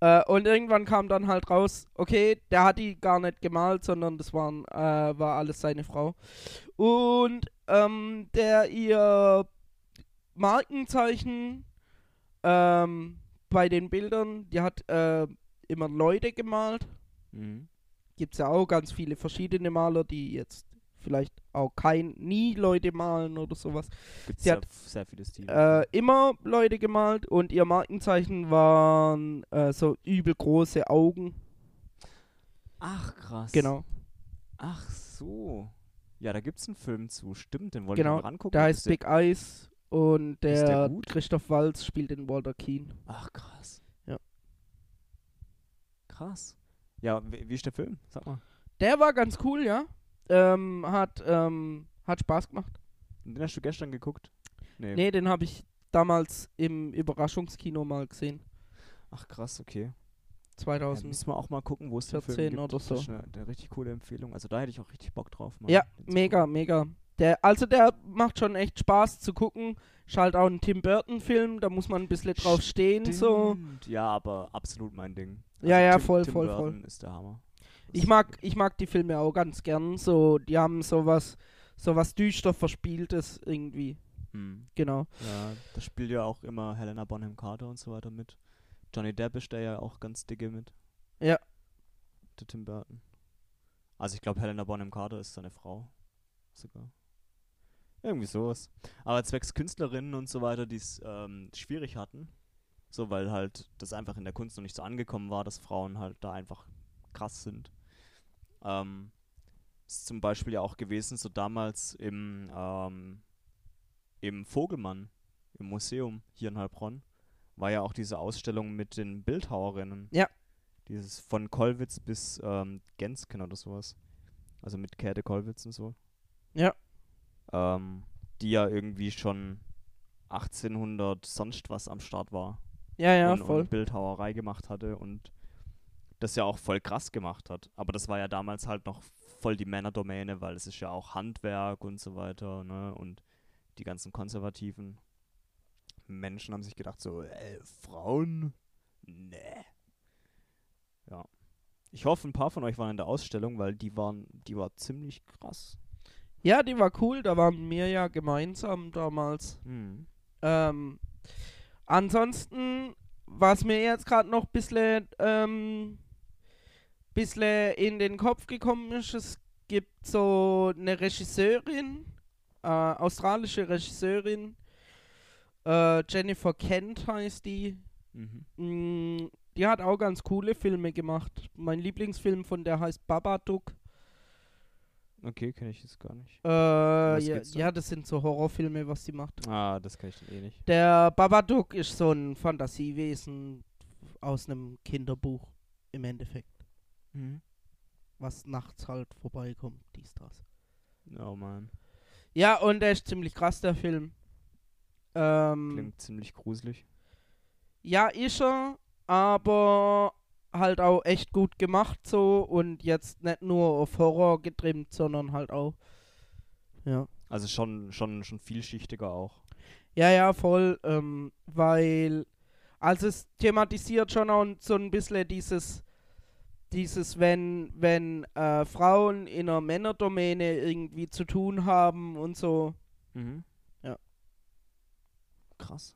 Äh, und irgendwann kam dann halt raus, okay, der hat die gar nicht gemalt, sondern das waren, äh, war alles seine Frau. Und ähm, der ihr Markenzeichen ähm, bei den Bildern, die hat äh, immer Leute gemalt. Mhm. Gibt es ja auch ganz viele verschiedene Maler, die jetzt vielleicht auch kein, nie Leute malen oder sowas Gibt's Sie sehr, hat- sehr viele Stile. äh, immer Leute gemalt und ihr Markenzeichen waren äh, so übel große Augen. Ach, krass. Genau. Ach so. Ja, da gibt's einen Film zu. Stimmt, den wollte Genau, ich mal rangucken. Der Ist heißt Big Eyes und der der, gut? Christoph Walz spielt den Walter Keane. Ach, krass. Ja. Krass. Ja, wie, wie ist der Film? Sag mal. Der war ganz cool, ja. Ähm, hat, ähm, hat Spaß gemacht. Den hast du gestern geguckt? Nee. Nee, den habe ich damals im Überraschungskino mal gesehen. Ach, krass, okay. Ja, 2000. müssen wir auch mal gucken, wo es den Film 14 gibt. oder Das ist so. eine, eine richtig coole Empfehlung. Also da hätte ich auch richtig Bock drauf. mal Ja, den zu mega, mega. Der, also der macht schon echt Spaß zu gucken. Ist halt auch ein Tim Burton-Film, da muss man ein bisschen drauf stehen. So. Stimmt. Ja, aber absolut mein Ding. Also Ja, ja, Tim, voll, Tim voll, Burton ist der Hammer. Ich mag, ich mag die Filme auch ganz gern. So, die haben sowas, sowas düster Verspieltes irgendwie. Hm. Genau. Ja, da spielt ja auch immer Helena Bonham Carter und so weiter mit. Johnny Depp ist da ja auch ganz dicke mit. Ja. Der Tim Burton. Also ich glaube, Helena Bonham Carter ist seine Frau. Sogar. Irgendwie sowas. Aber zwecks Künstlerinnen und so weiter, die es ähm, schwierig hatten. So, weil halt das einfach in der Kunst noch nicht so angekommen war, dass Frauen halt da einfach krass sind. Ähm, ist zum Beispiel ja auch gewesen, so damals im, ähm, im Vogelmann, im Museum hier in Heilbronn, war ja auch diese Ausstellung mit den Bildhauerinnen. Ja. Dieses von Kollwitz bis ähm, Gensken oder sowas. Also mit Käthe Kollwitz und so. Ja. Ähm, die ja irgendwie schon 1800 sonst was am Start war Ja, ja, und, voll. und Bildhauerei gemacht hatte und das ja auch voll krass gemacht hat. Aber das war ja damals halt noch voll die Männerdomäne, weil es ist ja auch Handwerk und so weiter, ne? Und die ganzen konservativen Menschen haben sich gedacht, so, äh, Frauen? Nee. Ja. Ich hoffe, ein paar von euch waren in der Ausstellung, weil die waren, die war ziemlich krass. Ja, die war cool. Da waren wir ja gemeinsam damals. Hm. Ähm, ansonsten, was mir jetzt gerade noch ein bisschen, ähm, bisschen in den Kopf gekommen ist, es gibt so eine Regisseurin, äh, australische Regisseurin, äh, Jennifer Kent heißt die. Mhm. Mm, die hat auch ganz coole Filme gemacht. Mein Lieblingsfilm von der heißt Babadook. Okay, kenne ich jetzt gar nicht. Äh, ja, geht's da? ja, das sind so Horrorfilme, was sie macht. Ah, das kenne ich dann eh nicht. Der Babadook ist so ein Fantasiewesen aus einem Kinderbuch im Endeffekt, Mhm. was nachts halt vorbeikommt, die Straße. Oh man, Ja, und der ist ziemlich krass, der Film. Ähm, klingt ziemlich gruselig. Ja, ist er, aber halt auch echt gut gemacht so und jetzt nicht nur auf Horror getrimmt, sondern halt auch. Ja. Also schon, schon, schon vielschichtiger auch. Ja, ja, voll, ähm, weil, also es thematisiert schon auch so ein bisschen dieses, dieses, wenn, wenn äh, Frauen in einer Männerdomäne irgendwie zu tun haben und so. Ja. Krass.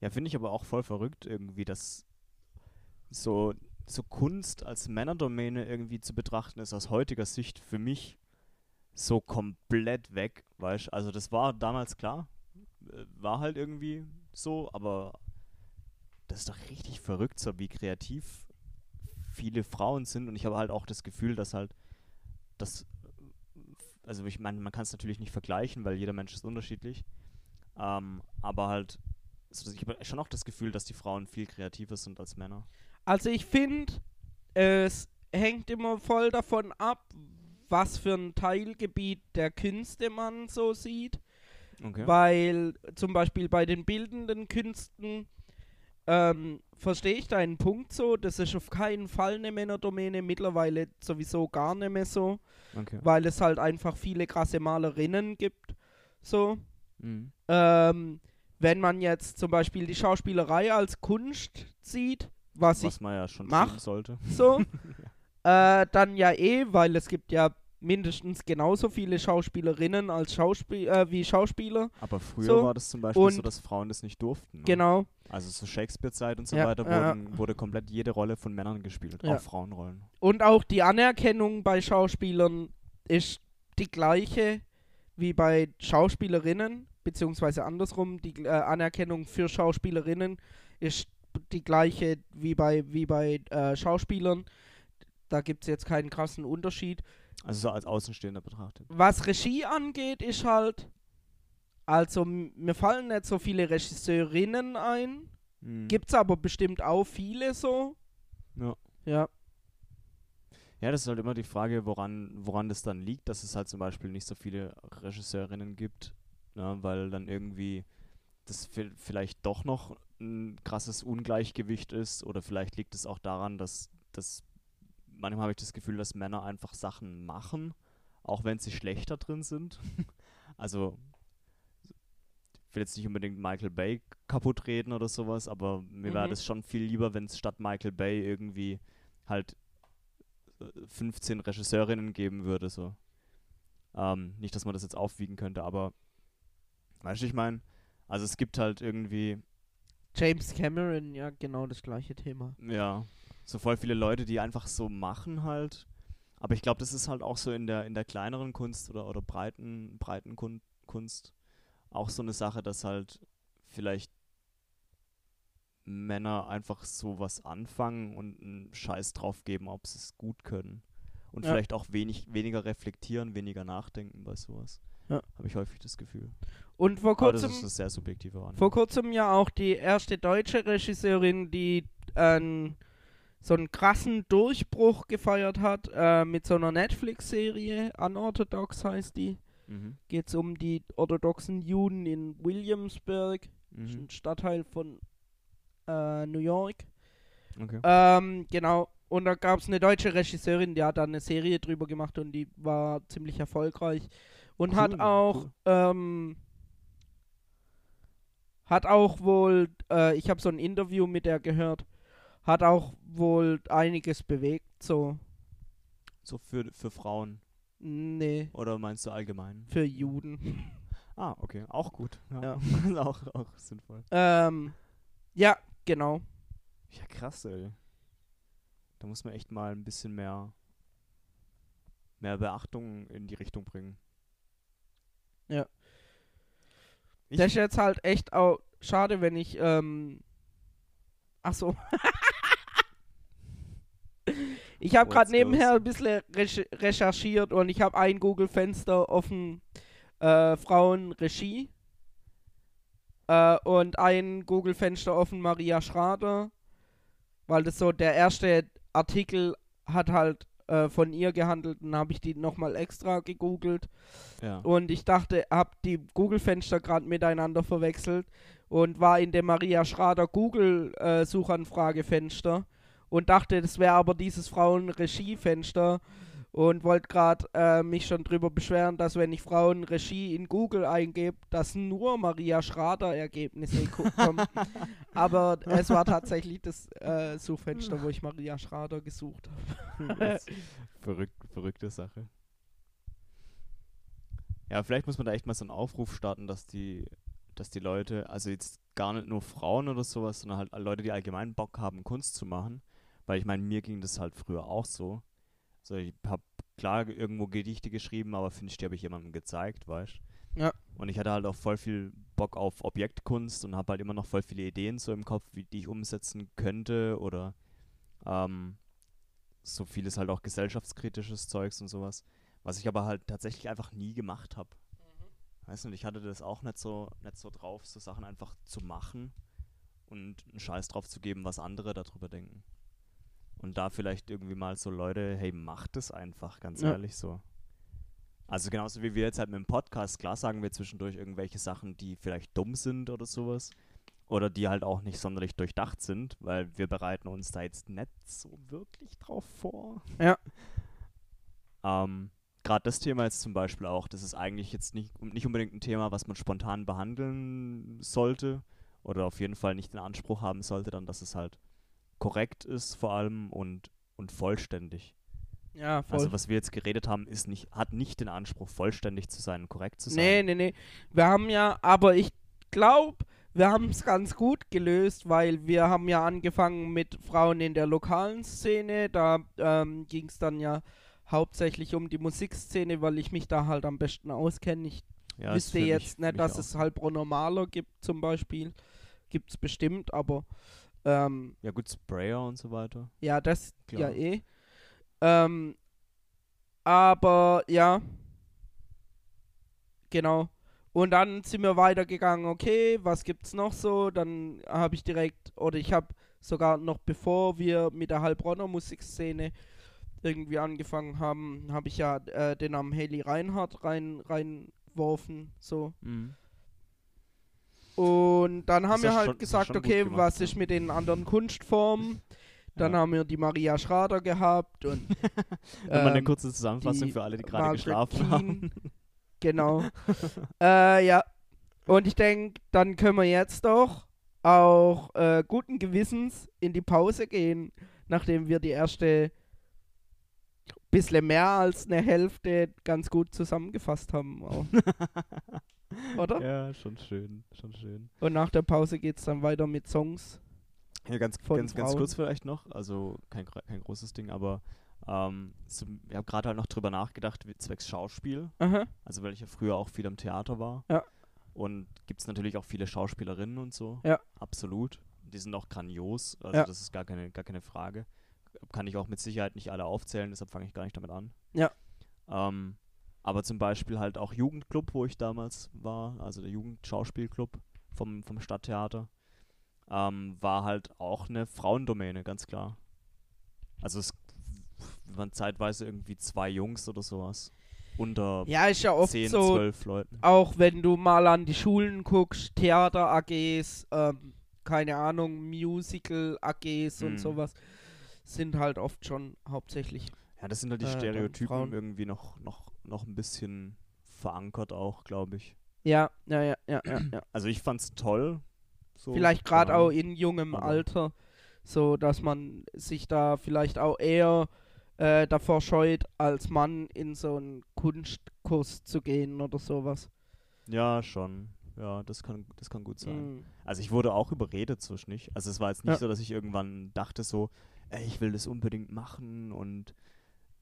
Ja, finde ich aber auch voll verrückt irgendwie, dass so, so Kunst als Männerdomäne irgendwie zu betrachten ist aus heutiger Sicht für mich so komplett weg, weißt du? Also das war damals klar, äh, war halt irgendwie so, aber das ist doch richtig verrückt, so wie kreativ viele Frauen sind und ich habe halt auch das Gefühl, dass halt das, also ich meine, man kann es natürlich nicht vergleichen, weil jeder Mensch ist unterschiedlich, ähm, aber halt, so, dass ich habe schon auch das Gefühl, dass die Frauen viel kreativer sind als Männer. Also ich finde, es hängt immer voll davon ab, was für ein Teilgebiet der Künste man so sieht. Okay. Weil zum Beispiel bei den bildenden Künsten ähm, verstehe ich deinen Punkt so. Das ist auf keinen Fall eine Männerdomäne, mittlerweile sowieso gar nicht mehr so, okay. weil es halt einfach viele krasse Malerinnen gibt. So. Mhm. Ähm, wenn man jetzt zum Beispiel die Schauspielerei als Kunst sieht, was ich Was man ja schon mach. tun sollte. so. äh, dann ja eh, weil es gibt ja mindestens genauso viele Schauspielerinnen als Schauspiel äh, wie Schauspieler. Aber früher So, war das zum Beispiel so, und- dass Frauen das nicht durften. ne? Genau. Also zur Shakespeare-Zeit und so Ja, weiter ja, ja. wurden, wurde komplett jede Rolle von Männern gespielt, Ja. auch Frauenrollen. Und auch die Anerkennung bei Schauspielern ist die gleiche wie bei Schauspielerinnen, beziehungsweise andersrum, die äh, Anerkennung für Schauspielerinnen ist die gleiche wie bei, wie bei äh, Schauspielern. Da gibt es jetzt keinen krassen Unterschied. Also so als Außenstehender betrachtet. Was Regie angeht, ist halt. Also, m- mir fallen nicht so viele Regisseurinnen ein. Mhm. Gibt's aber bestimmt auch viele so. Ja. Ja. Ja, das ist halt immer die Frage, woran, woran das dann liegt, dass es halt zum Beispiel nicht so viele Regisseurinnen gibt, ne, weil dann irgendwie das vi- vielleicht doch noch ein krasses Ungleichgewicht ist oder vielleicht liegt es auch daran, dass, dass manchmal habe ich das Gefühl, dass Männer einfach Sachen machen, auch wenn sie schlechter drin sind. also, ich will jetzt nicht unbedingt Michael Bay kaputt reden oder sowas, aber mir wäre Mhm. das schon viel lieber, wenn es statt Michael Bay irgendwie halt äh, 15 Regisseurinnen geben würde. So. Ähm, nicht, dass man das jetzt aufwiegen könnte, aber weißt du, ich meine, also es gibt halt irgendwie James Cameron, ja, genau das gleiche Thema. ja, so voll viele Leute, die einfach so machen halt. Aber ich glaube, das ist halt auch so in der, in der kleineren Kunst oder, oder breiten, breiten Kun Kunst auch so eine Sache, dass halt vielleicht Männer einfach so was anfangen und einen Scheiß drauf geben, ob sie es gut können. Und Ja. vielleicht auch wenig, weniger reflektieren, weniger nachdenken bei sowas. Ja. Habe ich häufig das Gefühl. Und vor Aber das kurzem, ist eine sehr subjektive Wahrnehmung. vor kurzem ja auch die erste deutsche Regisseurin, die ähm, so einen krassen Durchbruch gefeiert hat äh, mit so einer Netflix-Serie, Unorthodox heißt die. Mhm. Geht es um die orthodoxen Juden in Williamsburg, ist Mhm. ein Stadtteil von äh, New York. Okay. Ähm, genau. Und da gab es eine deutsche Regisseurin, die hat da eine Serie drüber gemacht und die war ziemlich erfolgreich. Und hat Cool, auch, cool. ähm, hat auch wohl, äh, ich habe so ein Interview mit der gehört, hat auch wohl einiges bewegt, so. So für, für Frauen Nee, oder meinst du allgemein? für Juden. Ah, okay. Auch gut. Ja. Ja. auch, auch sinnvoll. ähm, ja, genau. Ja, krass, ey. Da muss man echt mal ein bisschen mehr, mehr Beachtung in die Richtung bringen. Ja. Ich- das ist jetzt halt echt auch schade, wenn ich, ähm, ach so. ich habe What's gerade nebenher ein bisschen reche- recherchiert und ich habe ein Google-Fenster offen, äh, Frauenregie. Äh, und ein Google-Fenster offen, Maria Schrader. Weil das so der erste Artikel hat halt äh, von ihr gehandelt und habe ich die nochmal extra gegoogelt. Ja. Und ich dachte, hab die Google-Fenster gerade miteinander verwechselt und war in dem Maria Schrader Google-Suchanfrage-Fenster und dachte, das wäre aber dieses Frauenregie-Fenster und wollte gerade äh, mich schon drüber beschweren, dass wenn ich Frauenregie in Google eingebe, dass nur Maria Schrader Ergebnisse ko- kommen. aber es war tatsächlich das äh, Suchfenster, wo ich Maria Schrader gesucht habe. Das ist Verrück, verrückte Sache. Ja, vielleicht muss man da echt mal so einen Aufruf starten, dass die, dass die Leute, also jetzt gar nicht nur Frauen oder sowas, sondern halt Leute, die allgemein Bock haben, Kunst zu machen. Weil ich meine, mir ging das halt früher auch so. So, ich habe klar ge- irgendwo Gedichte geschrieben, aber Finstie habe ich jemandem gezeigt, weißt Ja. Und ich hatte halt auch voll viel Bock auf Objektkunst und habe halt immer noch voll viele Ideen so im Kopf, wie die ich umsetzen könnte oder ähm, so vieles halt auch gesellschaftskritisches Zeugs und sowas, was ich aber halt tatsächlich einfach nie gemacht habe. Weißt du, und ich hatte das auch nicht so, nicht so drauf, so Sachen einfach zu machen und einen Scheiß drauf zu geben, was andere darüber denken. Und da vielleicht irgendwie mal so Leute, hey, macht es einfach, ganz Ja. ehrlich so. Also genauso wie wir jetzt halt mit dem Podcast, klar sagen wir zwischendurch irgendwelche Sachen, die vielleicht dumm sind oder sowas. Oder die halt auch nicht sonderlich durchdacht sind, weil wir bereiten uns da jetzt nicht so wirklich drauf vor. Ja. Ähm, Gerade das Thema jetzt zum Beispiel auch, das ist eigentlich jetzt nicht, um- nicht unbedingt ein Thema, was man spontan behandeln sollte oder auf jeden Fall nicht den Anspruch haben sollte, dann, dass es halt korrekt ist vor allem und, und vollständig. Ja, voll. Also was wir jetzt geredet haben, ist nicht, hat nicht den Anspruch, vollständig zu sein und korrekt zu sein. Nee, nee, nee. Wir haben ja, aber ich glaube, wir haben es ganz gut gelöst, weil wir haben ja angefangen mit Frauen in der lokalen Szene. Da ähm, ging es dann ja hauptsächlich um die Musikszene, weil ich mich da halt am besten auskenne. Ich ja, ist wüsste für mich- jetzt mich nicht, dass auch. es Halbronner Maler gibt zum Beispiel. Gibt es bestimmt, aber ähm, Ja gut, Sprayer und so weiter. ja, das ja Klar. eh. Ähm, aber ja, genau. Und dann sind wir weitergegangen, okay, was gibt's noch so? Dann habe ich direkt, oder ich habe sogar noch bevor wir mit der Heilbronner Musikszene irgendwie angefangen haben, habe ich ja äh, den Namen Haley Reinhardt rein, reinworfen, so. Mhm. Und dann Das haben ist wir ja halt schon- das ist ja gesagt, schon gut okay, gemacht, was ja. ist mit den anderen Kunstformen, Dann Ja. haben wir die Maria Schrader gehabt und Nochmal eine ähm, kurze Zusammenfassung die für alle, die gerade Margaret geschlafen Keane. haben. Genau. äh, ja. Und ich denke, dann können wir jetzt doch auch äh, guten Gewissens in die Pause gehen, nachdem wir die erste bisschen mehr als eine Hälfte ganz gut zusammengefasst haben. Auch. Oder? Ja, schon schön, schon schön. Und nach der Pause geht es dann weiter mit Songs. Ja, ganz, von ganz, ganz kurz Frauen. vielleicht noch, also kein, gro- kein großes Ding, aber ähm, so, ich habe gerade halt noch drüber nachgedacht, wie- zwecks Schauspiel, Aha. also weil ich ja früher auch viel am Theater war. Ja. Und gibt es natürlich auch viele Schauspielerinnen und so. Ja. Absolut. Die sind auch grandios, also Ja. das ist gar keine, gar keine Frage. Kann ich auch mit Sicherheit nicht alle aufzählen, deshalb fange ich gar nicht damit an. Ja. Ähm, aber zum Beispiel halt auch Jugendclub, wo ich damals war, also der Jugendschauspielclub vom, vom Stadttheater, ähm, war halt auch eine Frauendomäne, ganz klar. Also es waren zeitweise irgendwie zwei Jungs oder sowas. Unter Ja, ist ja oft 10, so, 12 Leuten. auch wenn du mal an die Schulen guckst, Theater AGs, ähm, keine Ahnung, Musical AGs Mhm. und sowas, sind halt oft schon hauptsächlich. Ja, das sind halt die äh, dann Stereotypen Frauen. irgendwie noch, noch, noch ein bisschen verankert auch, glaube ich. Ja, ja, ja, ja, ja. ja. Also ich fand's toll. So, vielleicht gerade ja. auch in jungem aber- Alter, so dass man sich da vielleicht auch eher äh, davor scheut, als Mann in so einen Kunstkurs zu gehen oder sowas. Ja, schon. Ja, das kann, das kann gut sein. Mhm. Also ich wurde auch überredet so nicht. Also es war jetzt nicht Ja. so, dass ich irgendwann dachte so, ey, ich will das unbedingt machen und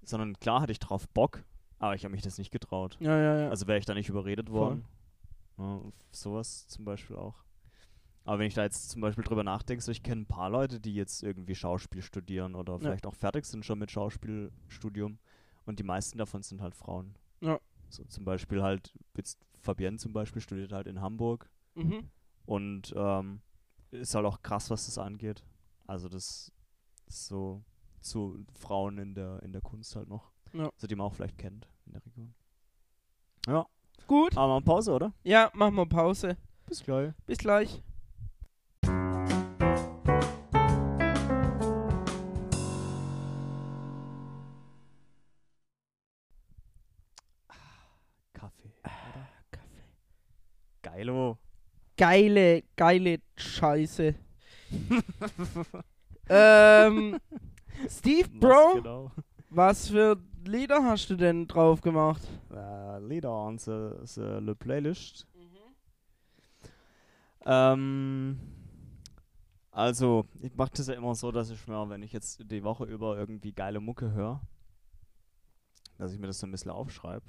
sondern klar hatte ich drauf Bock, aber ich habe mich das nicht getraut. Ja, ja, ja. Also wäre ich da nicht überredet worden. Ja, sowas zum Beispiel auch. Aber wenn ich da jetzt zum Beispiel drüber nachdenke, so ich kenne ein paar Leute, die jetzt irgendwie Schauspiel studieren oder vielleicht auch fertig sind schon mit Schauspielstudium und die meisten davon sind halt Frauen. Ja. So zum Beispiel halt, jetzt Fabienne zum Beispiel studiert halt in Hamburg mhm. und ähm, ist halt auch krass, was das angeht. Also das ist so zu Frauen in der in der Kunst halt noch. Ja. So die man auch vielleicht kennt in der Region. Ja, Gut, aber mal Pause, oder? ja, machen wir Pause. Bis gleich. Bis gleich. Kaffee, oder? Geilo. Geile, geile Scheiße. ähm, Steve, Was Bro, genau? was für Lieder hast du denn drauf gemacht? Äh, Lieder on the, the, the Playlist. Ähm, also, ich mache das ja immer so, dass ich mir, wenn ich jetzt die Woche über irgendwie geile Mucke höre, dass ich mir das so ein bisschen aufschreibe,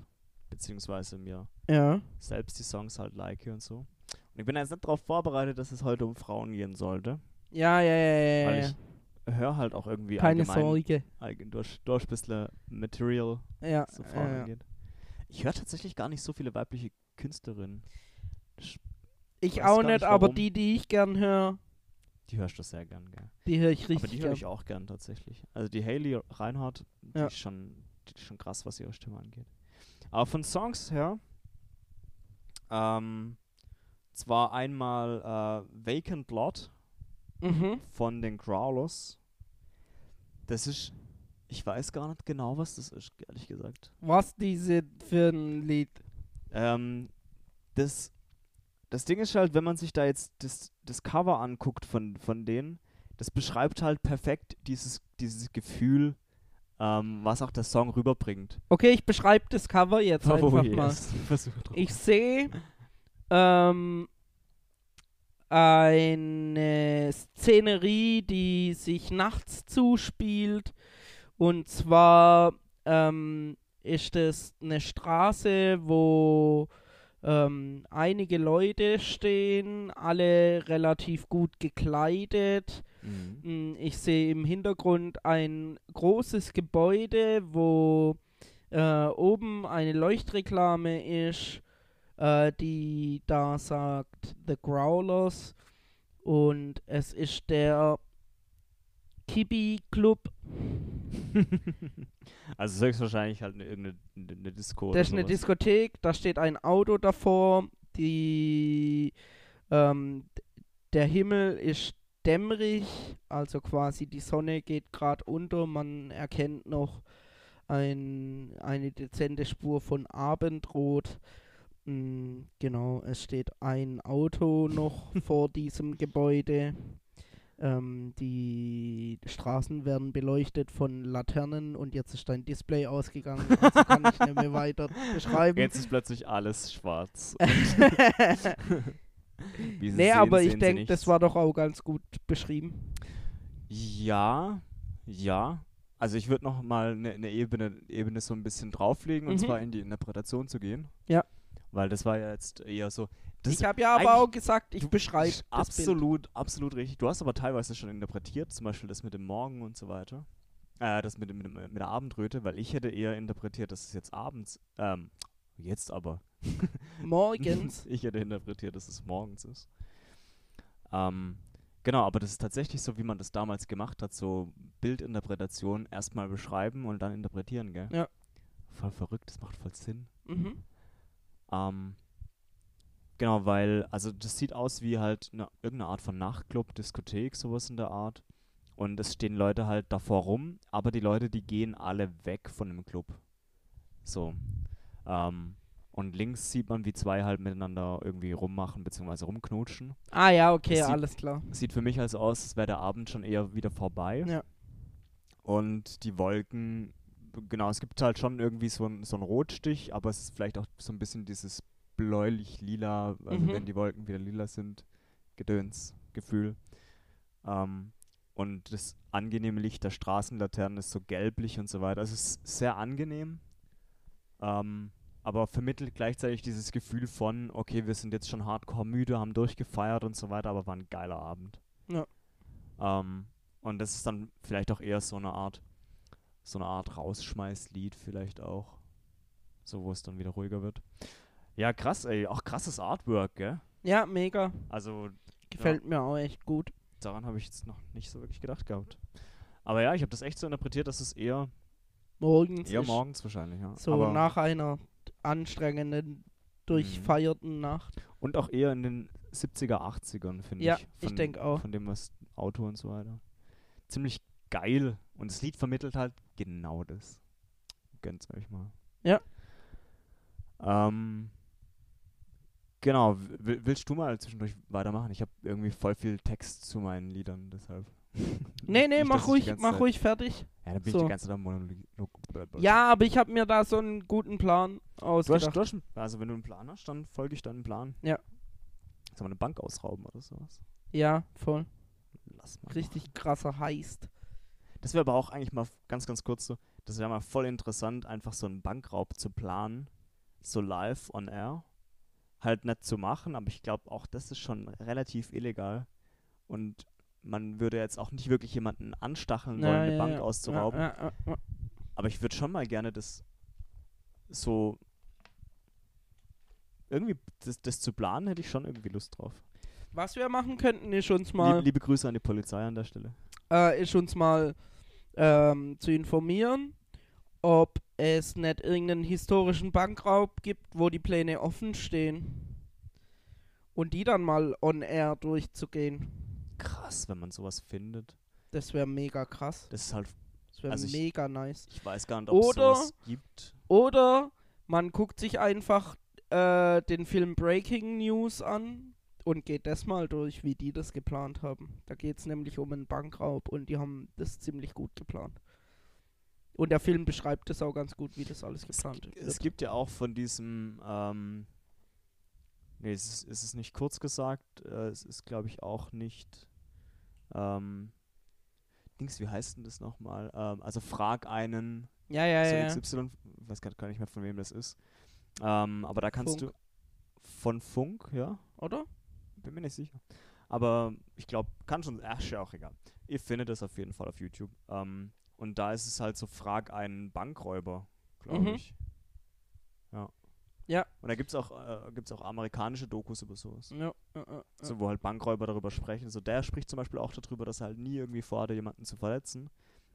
beziehungsweise mir Ja. selbst die Songs halt like und so. Und ich bin jetzt nicht darauf vorbereitet, dass es heute um Frauen gehen sollte, Ja, ja, ja, ja. weil ja. ich höre halt auch irgendwie Keine allgemein, Sorge. allgemein durch, durch ein bisschen Material, Ja. so Frauen ja. ja. angeht. Ich höre tatsächlich gar nicht so viele weibliche Künstlerinnen. Ich Weiß auch gar nicht, nicht, aber warum. die, die ich gern höre, Die hörst du sehr gern, gell? die höre ich Aber richtig die höre gern. ich auch gern tatsächlich. Also die Hayley Reinhardt, die, Ja. ist schon, die ist schon krass, was ihre Stimme angeht. Aber von Songs her, ähm, zwar einmal äh, Vacant Lot Mhm. von den Growlers. Das ist, ich weiß gar nicht genau, was das ist, ehrlich gesagt. Was diese für ein Lied? Ähm, das, das Ding ist halt, wenn man sich da jetzt das, das Cover anguckt von, von denen, das beschreibt halt perfekt dieses, dieses Gefühl, ähm, was auch der Song rüberbringt. Okay, ich beschreibe das Cover jetzt Oh einfach mal. Versuch drauf. Ich sehe ähm, eine Szenerie, die sich nachts zuspielt. Und zwar ähm, ist es eine Straße, wo ähm, einige Leute stehen, alle relativ gut gekleidet. Mhm. Mm, Ich sehe im Hintergrund ein großes Gebäude, wo äh, oben eine Leuchtreklame ist, äh, die da sagt The Growlers. Und es ist der Kibi Club. also es ist höchstwahrscheinlich halt eine, irgendeine eine, eine Disco. Das ist oder eine sowas. Diskothek, da steht ein Auto davor, die ähm, d- der Himmel ist dämmerig, also quasi die Sonne geht gerade unter, man erkennt noch ein, eine dezente Spur von Abendrot. Mm, Genau, es steht ein Auto noch vor diesem Gebäude. Ähm, die Straßen werden beleuchtet von Laternen und jetzt ist dein Display ausgegangen, also kann ich nicht mehr weiter beschreiben. Jetzt ist plötzlich alles schwarz. Wie sie nee, sehen, aber sehen ich sie denke, das nichts. war doch auch ganz gut beschrieben. Ja, ja. Also ich würde noch mal eine ne Ebene, Ebene so ein bisschen drauflegen und Mhm. zwar in die Interpretation zu gehen. Ja. Weil das war ja jetzt eher so. Das ich habe ja aber eigentlich- auch gesagt, ich du- beschreibe das Bild. absolut, absolut richtig. Du hast aber teilweise schon interpretiert, zum Beispiel das mit dem Morgen und so weiter. Äh, das mit, dem- mit, dem- mit der Abendröte, weil ich hätte eher interpretiert, dass es jetzt abends, ähm, jetzt aber. Morgens. ich hätte interpretiert, dass es morgens ist. Ähm, genau, aber das ist tatsächlich so, wie man das damals gemacht hat, so Bildinterpretation erstmal beschreiben und dann interpretieren, gell? Ja. Voll verrückt, das macht voll Sinn. mhm. Ähm, genau, weil, also das sieht aus wie halt ne, irgendeine Art von Nachtclub, Diskothek, sowas in der Art. Und es stehen Leute halt davor rum, aber die Leute, die gehen alle weg von dem Club. So. Ähm, und links sieht man, wie zwei halt miteinander irgendwie rummachen bzw. rumknutschen. Ah ja, okay, Es sieht- alles klar. Sieht für mich also aus, als wäre der Abend schon eher wieder vorbei. Ja. Und die Wolken, genau, es gibt halt schon irgendwie so, ein, so einen Rotstich, aber es ist vielleicht auch so ein bisschen dieses bläulich-lila, also Mhm. wenn die Wolken wieder lila sind, Gedöns-Gefühl. Ähm, und das angenehme Licht der Straßenlaternen ist so gelblich und so weiter. Also es ist sehr angenehm, ähm, aber vermittelt gleichzeitig dieses Gefühl von, okay, wir sind jetzt schon hardcore müde, haben durchgefeiert und so weiter, aber war ein geiler Abend. Ja. Ähm, und das ist dann vielleicht auch eher so eine Art, so eine Art Rausschmeißlied vielleicht auch. So, wo es dann wieder ruhiger wird. Ja, krass, ey. Auch krasses Artwork, gell? Ja, mega. Also, Gefällt mir auch echt gut. daran habe ich jetzt noch nicht so wirklich gedacht gehabt. Aber ja, ich habe das echt so interpretiert, dass es eher, Morgens. eher ist morgens wahrscheinlich, ja. So Aber nach einer anstrengenden, durchfeierten Mhm. Nacht. und auch eher in den 70er, 80ern, finde Ja, ich. ich Von- denk auch. Von dem, was Auto und so weiter. Ziemlich geil. Und das Lied vermittelt halt genau das. Gönnt's euch mal. Ja. Ähm, genau. w- wi- Willst du mal zwischendurch weitermachen? Ich habe irgendwie voll viel Text zu meinen Liedern, deshalb. Nee, nee, Nicht, dass ich mach die ruhig, ganze mach Zeit- ruhig fertig. Ja, dann bin ich So. die ganze Zeit am Monolog. Ja, aber ich habe mir da so einen guten Plan Du hast, ausgedacht. du hast, einen- also wenn du einen Plan hast, dann folge ich deinem Plan. Ja. Soll man eine Bank ausrauben oder sowas? Ja, voll. Lass mal. Richtig krasser Heist. Das wäre aber auch eigentlich mal f- ganz, ganz kurz so, das wäre mal voll interessant, einfach so einen Bankraub zu planen, so live on air. Halt nicht zu machen, aber ich glaube auch, das ist schon relativ illegal. Und man würde jetzt auch nicht wirklich jemanden anstacheln wollen, Ja, eine ja, Bank ja. auszurauben. Ja, ja, ja. Aber ich würde schon mal gerne das so irgendwie das, das zu planen, hätte ich schon irgendwie Lust drauf. Was wir machen könnten, ist uns Liebe, mal, liebe Grüße an die Polizei an der Stelle. äh, ist uns mal ähm, zu informieren, ob es nicht irgendeinen historischen Bankraub gibt, wo die Pläne offen stehen. Und die dann mal on air durchzugehen. Krass, wenn man sowas findet. Das wäre mega krass. Das ist halt, Das wäre Also ich- mega nice. ich weiß gar nicht, ob es Oder- sowas gibt. Oder man guckt sich einfach äh, den Film Breaking News an und geht das mal durch, wie die das geplant haben. Da geht es nämlich um einen Bankraub und die haben das ziemlich gut geplant. Und der Film beschreibt das auch ganz gut, wie das alles Es, geplant gi- wird. es gibt ja auch von diesem, ähm, nee, es ist, es ist nicht kurz gesagt, äh, es ist, glaube ich, auch nicht, ähm, Dings, wie heißt denn das nochmal? Ähm, also frag einen, ja, ja, ja. ja. so XY, weiß gar gar nicht mehr, von wem das ist. Ähm, aber da kannst Funk. du, von Funk, ja, Oder? bin mir nicht sicher. Aber ich glaube, kann schon, ach, ist ja auch egal. Ihr findet das auf jeden Fall auf YouTube. Ähm, und da ist es halt so, frag einen Bankräuber, glaube Mhm. ich. Ja. Ja. Mhm. Und da gibt es auch, äh, gibt's auch amerikanische Dokus über sowas. Ja, ja, ja, ja. So, wo halt Bankräuber darüber sprechen. So, der spricht zum Beispiel auch darüber, dass er halt nie irgendwie vorhatte, jemanden zu verletzen.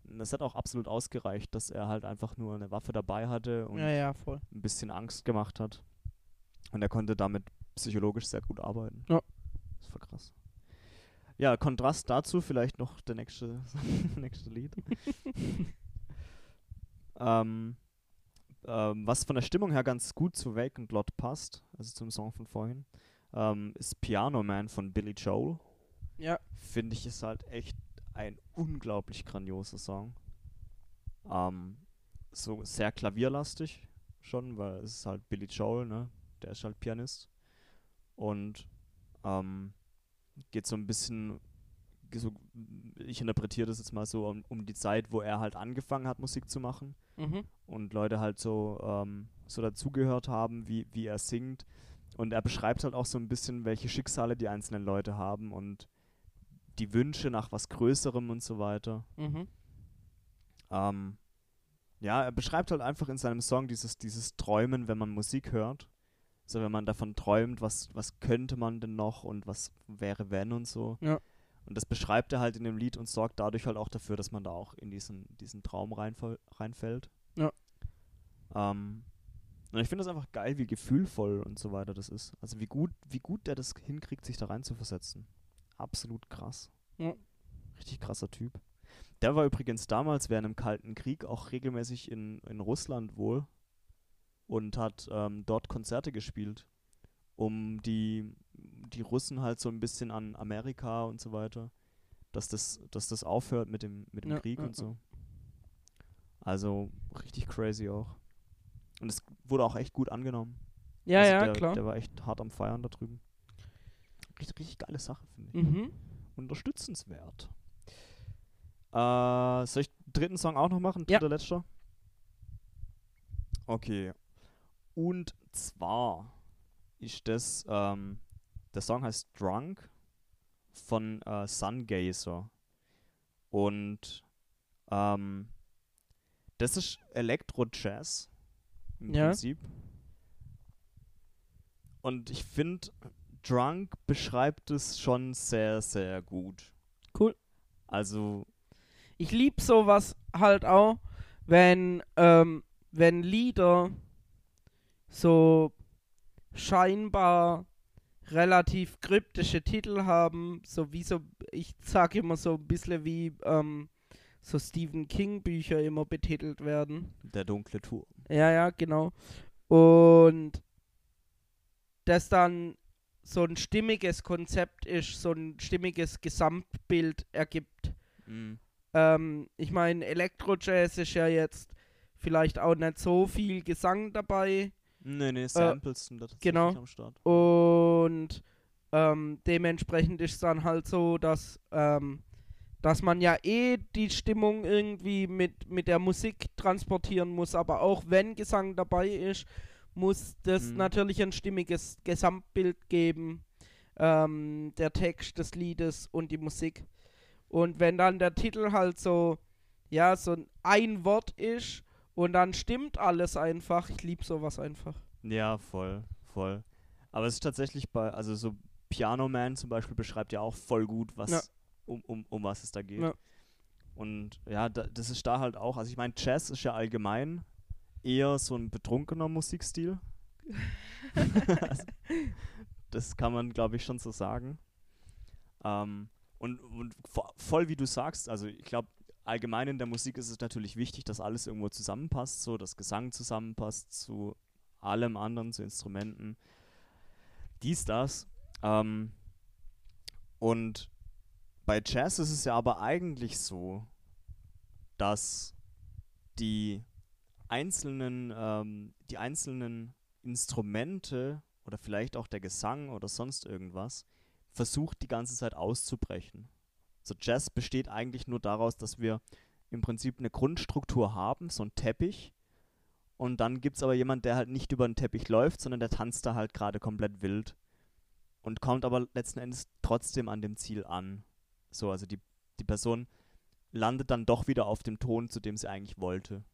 Und das hat auch absolut ausgereicht, dass er halt einfach nur eine Waffe dabei hatte und ja, ja, voll. ein bisschen Angst gemacht hat. Und er konnte damit psychologisch sehr gut arbeiten. Ja. Das war krass. Ja, Kontrast dazu vielleicht noch der nächste, nächste Lied. ähm, ähm, was von der Stimmung her ganz gut zu Vacant Lot passt, also zum Song von vorhin, ähm, ist Piano Man von Billy Joel. Ja. Finde ich ist halt echt ein unglaublich grandioser Song. Ähm, so sehr klavierlastig schon, weil es ist halt Billy Joel, ne? Der ist halt Pianist. Und ähm, geht so ein bisschen, so, ich interpretiere das jetzt mal so um, um die Zeit, wo er halt angefangen hat, Musik zu machen Mhm. und Leute halt so, ähm, so dazugehört haben, wie, wie er singt. Und er beschreibt halt auch so ein bisschen, welche Schicksale die einzelnen Leute haben und die Wünsche nach was Größerem und so weiter. Mhm. Ähm, ja, er beschreibt halt einfach in seinem Song dieses, dieses Träumen, wenn man Musik hört. So, wenn man davon träumt, was, was könnte man denn noch und was wäre wenn und so. Ja. Und das beschreibt er halt in dem Lied und sorgt dadurch halt auch dafür, dass man da auch in diesen, diesen Traum reinfall, reinfällt. Ja. Ähm, und ich finde das einfach geil, wie gefühlvoll und so weiter das ist. Also wie gut, wie gut der das hinkriegt, sich da rein zu versetzen. Absolut krass. Ja. Richtig krasser Typ. Der war übrigens damals während dem Kalten Krieg auch regelmäßig in, in Russland wohl und hat ähm, dort Konzerte gespielt, um die, die Russen halt so ein bisschen an Amerika und so weiter, dass das, dass das aufhört mit dem, mit dem Ja, Krieg ja, und ja. so. Also richtig crazy auch. Und es wurde auch echt gut angenommen. Ja, also ja, der, klar. Der war echt hart am Feiern da drüben. Richtig, richtig geile Sache, finde ich mhm. unterstützenswert. Äh, soll ich den dritten Song auch noch machen? Ja. Dritter, letzter? Okay. Und zwar ist das, ähm, der Song heißt Drunk von äh, Sungazer. Und ähm, das ist Elektro-Jazz im Ja. Prinzip. Und ich finde, Drunk beschreibt es schon sehr, sehr gut. Cool. Also, Ich lieb sowas halt auch, wenn, ähm, wenn Lieder so scheinbar relativ kryptische Titel haben, so wie so, ich sag immer so ein bisschen wie ähm, so Stephen King Bücher immer betitelt werden. der dunkle Turm. Ja, ja, genau. Und dass dann so ein stimmiges Konzept ist, so ein stimmiges Gesamtbild ergibt. Ähm, ich meine, Elektro-Jazz ist ja jetzt vielleicht auch nicht so viel Gesang dabei Nee, nee, Samples sind da tatsächlich genau. am Start. und ähm, dementsprechend ist es dann halt so, dass, ähm, dass man ja eh die Stimmung irgendwie mit, mit der Musik transportieren muss, aber auch wenn Gesang dabei ist, muss das Mhm. natürlich ein stimmiges Gesamtbild geben, ähm, der Text des Liedes und die Musik. Und wenn dann der Titel halt so, ja, so ein- ein Wort ist und dann stimmt alles einfach, ich liebe sowas einfach. Ja, voll, voll. Aber es ist tatsächlich bei, also so Piano Man zum Beispiel beschreibt ja auch voll gut, was, Ja. um, um, um was es da geht. Ja. Und ja, da, das ist da halt auch, also ich meine, Jazz ist ja allgemein eher so ein betrunkener Musikstil. Also, das kann man, glaube ich, schon so sagen. Ähm, und, und vo- voll wie du sagst, also ich glaube, allgemein in der Musik ist es natürlich wichtig, dass alles irgendwo zusammenpasst, so dass Gesang zusammenpasst zu allem anderen, zu Instrumenten, dies, das. Ähm, und bei Jazz ist es ja aber eigentlich so, dass die einzelnen, ähm, die einzelnen Instrumente oder vielleicht auch der Gesang oder sonst irgendwas versucht die ganze Zeit auszubrechen. So Jazz besteht eigentlich nur daraus, dass wir im Prinzip eine Grundstruktur haben, so ein Teppich. Und dann gibt es aber jemand, der halt nicht über den Teppich läuft, sondern der tanzt da halt gerade komplett wild. Und kommt aber letzten Endes trotzdem an dem Ziel an. So, also die, die Person landet dann doch wieder auf dem Ton, zu dem sie eigentlich wollte.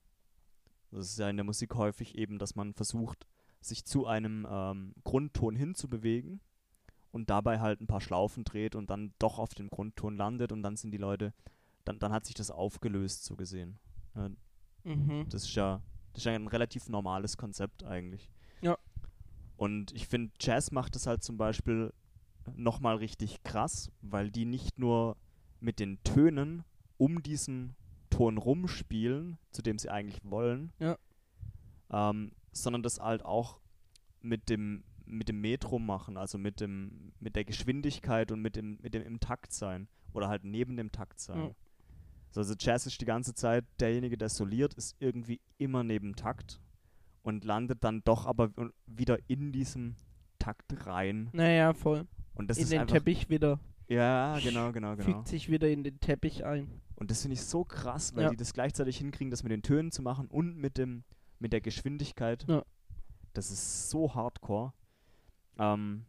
Das ist ja in der Musik häufig eben, dass man versucht, sich zu einem ähm, Grundton hinzubewegen und dabei halt ein paar Schlaufen dreht und dann doch auf dem Grundton landet und dann sind die Leute, dann, dann hat sich das aufgelöst, so gesehen. Mhm. Das ist ja, das ist ja ein relativ normales Konzept eigentlich. Ja. Und ich finde, Jazz macht das halt zum Beispiel nochmal richtig krass, weil die nicht nur mit den Tönen um diesen Ton rumspielen, zu dem sie eigentlich wollen, Ja. ähm, sondern das halt auch mit dem, mit dem Metro machen, also mit dem, mit der Geschwindigkeit und mit dem, mit dem im Takt sein oder halt neben dem Takt sein. Ja. So, also Jazz ist die ganze Zeit, derjenige, der soliert, ist irgendwie immer neben Takt und landet dann doch aber w- wieder in diesem Takt rein. Naja, voll. Und das in ist den einfach. Teppich wieder. Ja, genau, genau, genau. Fügt sich wieder in den Teppich ein. Und das finde ich so krass, weil Ja. die das gleichzeitig hinkriegen, das mit den Tönen zu machen und mit dem mit der Geschwindigkeit. Ja. Das ist so hardcore. Ähm,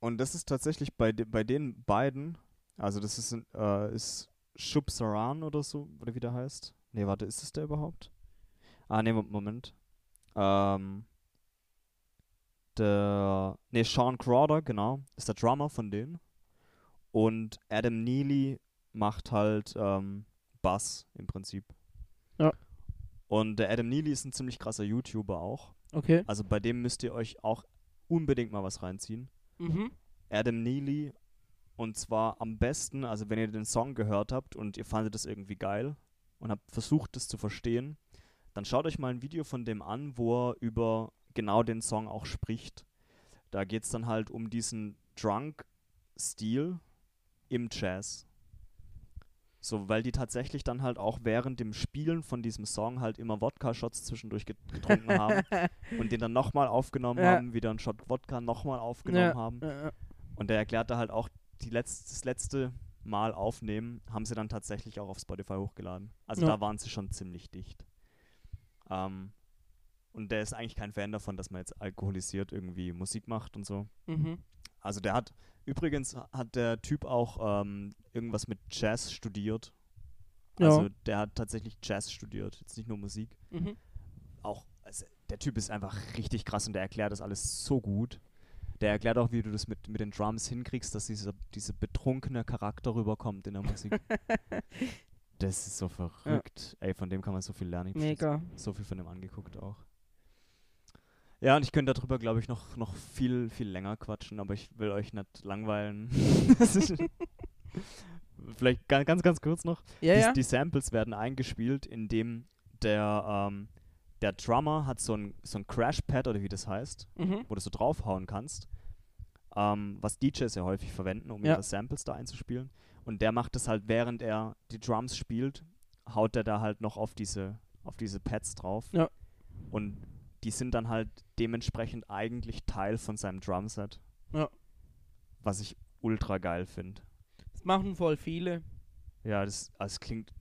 und das ist tatsächlich bei, de, bei den beiden, also das ist, ein- äh, ist Shub Saran oder so, oder wie der heißt. Nee, warte, ist es der überhaupt? Ah, nee, Mo- Moment. Ähm, der, nee, Sean Crowder, genau, ist der Drummer von denen. Und Adam Neely macht halt ähm, Bass im Prinzip. Ja. Und der Adam Neely ist ein ziemlich krasser YouTuber auch. Okay. Also bei dem müsst ihr euch auch unbedingt mal was reinziehen. Mhm. Adam Neely und zwar am besten, also wenn ihr den Song gehört habt und ihr fandet das irgendwie geil und habt versucht, das zu verstehen, dann schaut euch mal ein Video von dem an, wo er über genau den Song auch spricht. Da geht es dann halt um diesen Drunk-Stil im Jazz. So, weil die tatsächlich dann halt auch während dem Spielen von diesem Song halt immer Wodka-Shots zwischendurch get- getrunken haben und den dann nochmal aufgenommen Ja. haben, wieder einen Shot Wodka nochmal aufgenommen haben. Äh, Und der erklärte halt auch, die letzt, das letzte Mal aufnehmen, haben sie dann tatsächlich auch auf Spotify hochgeladen. Also Ja. da waren sie schon ziemlich dicht. Ähm, und der ist eigentlich kein Fan davon, dass man jetzt alkoholisiert irgendwie Musik macht und so. mhm. Also der hat, übrigens hat der Typ auch ähm, irgendwas mit Jazz studiert. Ja. Also der hat tatsächlich Jazz studiert, jetzt nicht nur Musik Mhm. auch, also der Typ ist einfach richtig krass und der erklärt das alles so gut. Der erklärt auch, wie du das mit, mit den Drums hinkriegst, dass dieser diese betrunkene Charakter rüberkommt in der Musik. das ist so verrückt. Ey, von dem kann man so viel lernen. Ich hab schon Mega. So viel von dem angeguckt auch. Ja, und ich könnte darüber, glaube ich, noch, noch viel, viel länger quatschen, aber ich will euch nicht langweilen. Das ist- Vielleicht ga- ganz, ganz kurz noch Ja, die, ja. die Samples werden eingespielt, indem der, ähm, der Drummer hat so ein, so ein Crashpad oder wie das heißt, Mhm. wo du so draufhauen kannst, ähm, was DJs ja häufig verwenden, um Ja. ihre Samples da einzuspielen. Und der macht das halt, während er die Drums spielt, haut er da halt noch auf diese, auf diese Pads drauf. Ja. Und die sind dann halt dementsprechend eigentlich Teil von seinem Drumset. Ja. Was ich ultra geil finde. Das machen voll viele. Ja, das, also es klingt,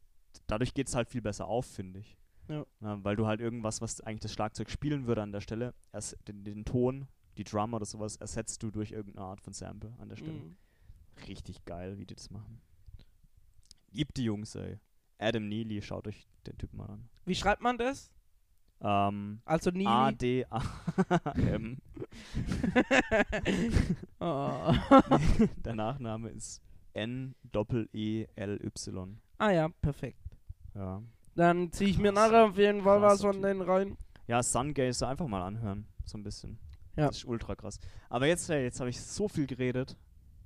dadurch geht es halt viel besser auf, finde ich. Ja. Na, weil du halt irgendwas, was eigentlich das Schlagzeug spielen würde an der Stelle, erst den, den Ton, die Drum oder sowas, ersetzt du durch irgendeine Art von Sample an der Stelle. Mhm. Richtig geil, wie die das machen. Lieb die Jungs, ey. Adam Neely, schaut euch den Typen mal an. Wie schreibt man das? Ähm, Also Nili. A, D, A, M. oh. der Nachname ist E N-E-L-Y. Ah ja, perfekt. Ja. Dann ziehe ich mir Krasser- nachher auf jeden Fall was krasser von Typ. denen rein. Ja, Sungaze einfach mal anhören, so ein bisschen. Ja. Das ist ultra krass. Aber jetzt, ey, jetzt habe ich so viel geredet.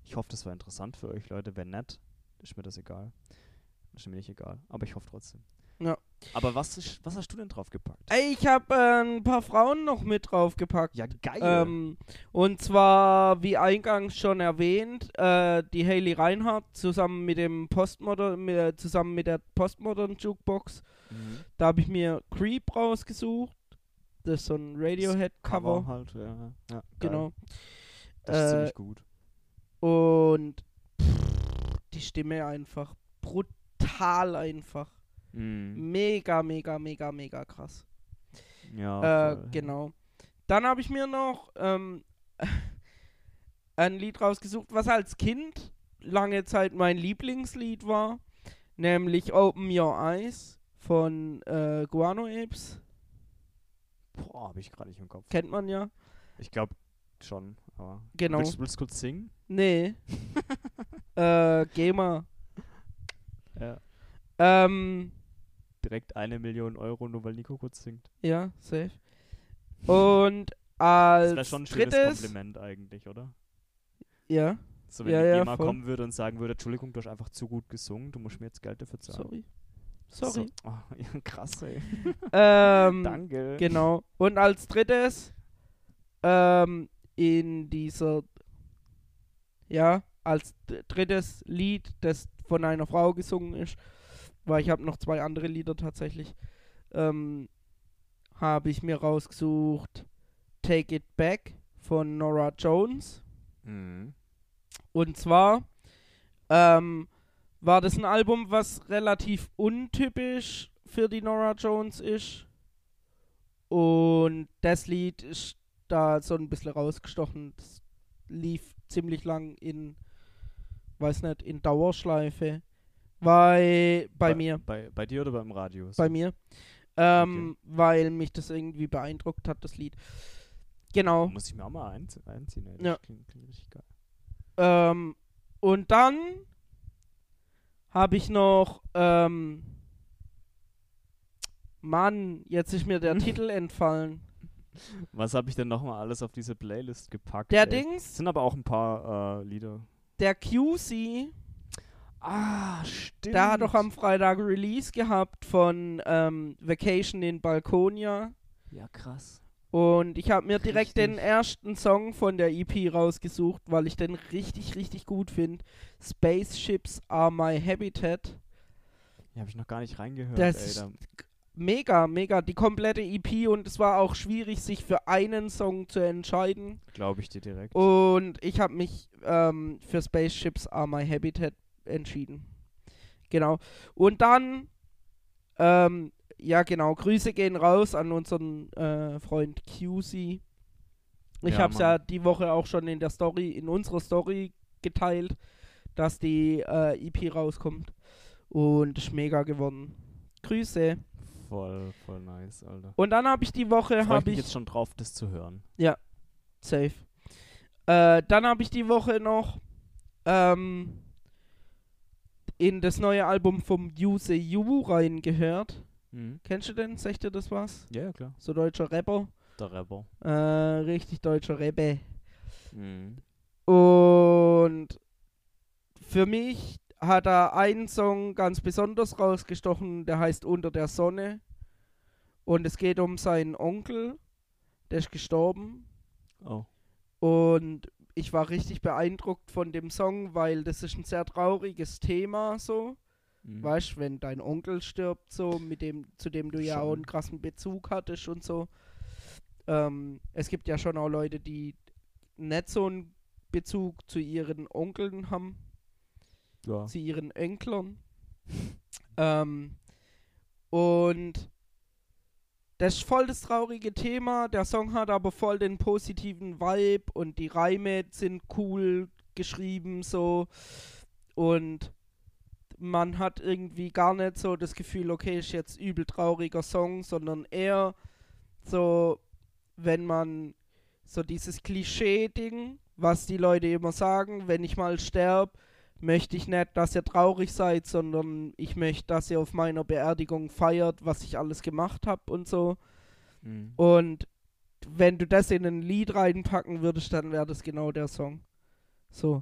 Ich hoffe, das war interessant für euch, Leute. Wenn nett, ist mir das egal. Ist mir nicht egal, aber ich hoffe trotzdem. Ja. Aber was, ist, was hast du denn draufgepackt? Ey, ich habe äh, ein paar Frauen noch mit draufgepackt. Ja, geil. Ähm, und zwar, wie eingangs schon erwähnt, äh, die Hayley Reinhardt zusammen mit dem Postmodern, mit, zusammen mit der Postmodern Jukebox. Mhm. Da habe ich mir Creep rausgesucht. Das ist so ein Cover Radiohead-Cover. halt, ja. ja geil. Genau. Das ist Äh, ziemlich gut. Und pff, die Stimme einfach brutal einfach. Mhm. Mega, mega, mega, mega krass. Ja. Äh, voll. genau. Dann habe ich mir noch ähm, ein Lied rausgesucht, was als Kind lange Zeit mein Lieblingslied war, nämlich Open Your Eyes von äh, Guano Apes. Boah, habe ich gerade nicht im Kopf. Kennt man ja. Ich glaube schon, aber. Genau. Willst, willst du kurz singen? Nee. äh, Gamer. Ja. Ähm, Direkt eine Million Euro, nur weil Nico kurz singt. ja, safe. Und als Das wäre schon ein schönes drittes Kompliment eigentlich, oder? Ja, So, wenn Ja, die ja, GEMA voll. kommen würde und sagen würde, Entschuldigung, du hast einfach zu gut gesungen, du musst mir jetzt Geld dafür zahlen. sorry. Sorry. So, oh, ja, krass, ey. Ähm, Danke. Genau. Und als drittes, ähm, in dieser, ja, als d- drittes Lied, das von einer Frau gesungen ist, weil ich habe noch zwei andere Lieder tatsächlich, ähm, habe ich mir rausgesucht Take It Back von Nora Jones. Mhm. Und zwar ähm, war das ein Album, was relativ untypisch für die Nora Jones ist. Und das Lied ist da so ein bisschen rausgestochen. Das lief ziemlich lang in, weiß nicht, in Dauerschleife. Weil bei mir, Bei, bei dir oder beim Radio? So. bei mir. Ähm, Weil mich das irgendwie beeindruckt hat, das Lied. Genau. Muss ich mir auch mal einz- einziehen, ey. Das Ja. klingt, klingt richtig geil. Ähm, und dann habe ich noch, ähm, Mann, jetzt ist mir Hm. der Titel entfallen. Was habe ich denn nochmal alles auf diese Playlist gepackt? Der ey? Es Dings, sind aber auch ein paar äh, Lieder. der QC, Ah, stimmt. der hat doch am Freitag Release gehabt von ähm, Vacation in Balkonia. Ja, krass. Und ich habe mir direkt den Richtig. ersten Song von der EP rausgesucht, weil ich den richtig, richtig gut finde. Spaceships are my habitat. Ja, habe ich noch gar nicht reingehört, Das ey. ist- Da, Mega, mega. Die komplette EP und es war auch schwierig, sich für einen Song zu entscheiden. glaube ich dir direkt. Oh. Und ich habe mich ähm, für Spaceships Are My Habitat entschieden. Genau. Und dann, ähm, ja genau, Grüße gehen raus an unseren äh, Freund QC. Ich Ja, habe es ja Mann. die Woche auch schon in der Story, in unserer Story geteilt, dass die äh, EP rauskommt. Und ist mega geworden. Grüße. Voll, voll nice, Alter. Und dann habe ich die Woche, Freue ich habe mich ich, jetzt schon drauf, das zu hören. safe. Äh, dann habe ich die Woche noch ähm, in das neue Album vom Yuse Yu reingehört. Mhm. Kennst du den? Sagt dir das was? Ja, ja, klar. So deutscher Rapper. Der Rapper. Äh, richtig deutscher Rapper. Mhm. Und für mich hat er einen Song ganz besonders rausgestochen, der heißt Unter der Sonne. Und es geht um seinen Onkel, der ist gestorben Oh. Und ich war richtig beeindruckt von dem Song, weil das ist ein sehr trauriges Thema so. Mhm. Weißt du, wenn dein Onkel stirbt, so, mit dem, zu dem du ja auch Schon. einen krassen Bezug hattest und so. Ähm, es gibt ja schon auch Leute, die nicht so einen Bezug zu ihren Onkeln haben, Ja. zu ihren Enkeln. ähm, und das ist voll das traurige Thema. Der Song hat aber voll den positiven Vibe und die Reime sind cool geschrieben so. Und man hat irgendwie gar nicht so das Gefühl, okay, ist jetzt übel trauriger Song, sondern eher so, wenn man so dieses Klischee-Ding, was die Leute immer sagen, wenn ich mal sterbe, möchte ich nicht, dass ihr traurig seid, sondern ich möchte, dass ihr auf meiner Beerdigung feiert, was ich alles gemacht habe und so. Mhm. Und wenn du das in ein Lied reinpacken würdest, dann wäre das genau der Song. So.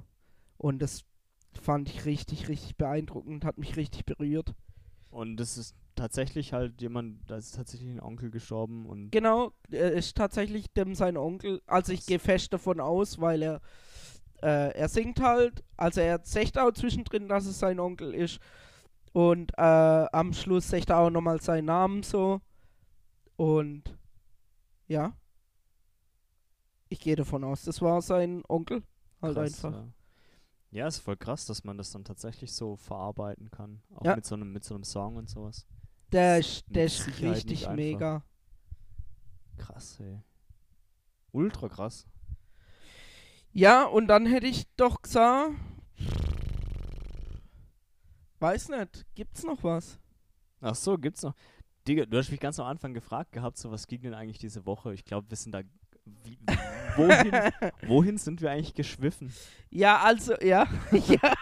Und das fand ich richtig, richtig beeindruckend, hat mich richtig berührt. Und das ist tatsächlich halt jemand, da ist tatsächlich ein Onkel gestorben und Genau, er ist tatsächlich dem sein Onkel. Also ich gehe fest davon aus, weil er äh, er singt halt, also er sagt auch zwischendrin, dass es sein Onkel ist. Und äh, am Schluss sagt er auch nochmal seinen Namen so. Und ja. Ich gehe davon aus, das war sein Onkel. Halt krass, äh, einfach. Ja. ja, ist voll krass, dass man das dann tatsächlich so verarbeiten kann. Auch Ja. mit, so einem, mit so einem Song und sowas. Der Ist ist, mit der ist Sicherheit nicht richtig einfach. mega. Krass, ey. Ultra krass. Ja, und dann hätte ich doch gesagt. Weiß nicht, gibt's noch was? Ach so, gibt's noch. Digga, du hast mich ganz am Anfang gefragt gehabt, so was ging denn eigentlich diese Woche? Ich glaube, wir sind da. Wie, wohin, wohin sind wir eigentlich geschwiffen? Ja, also, ja. ja.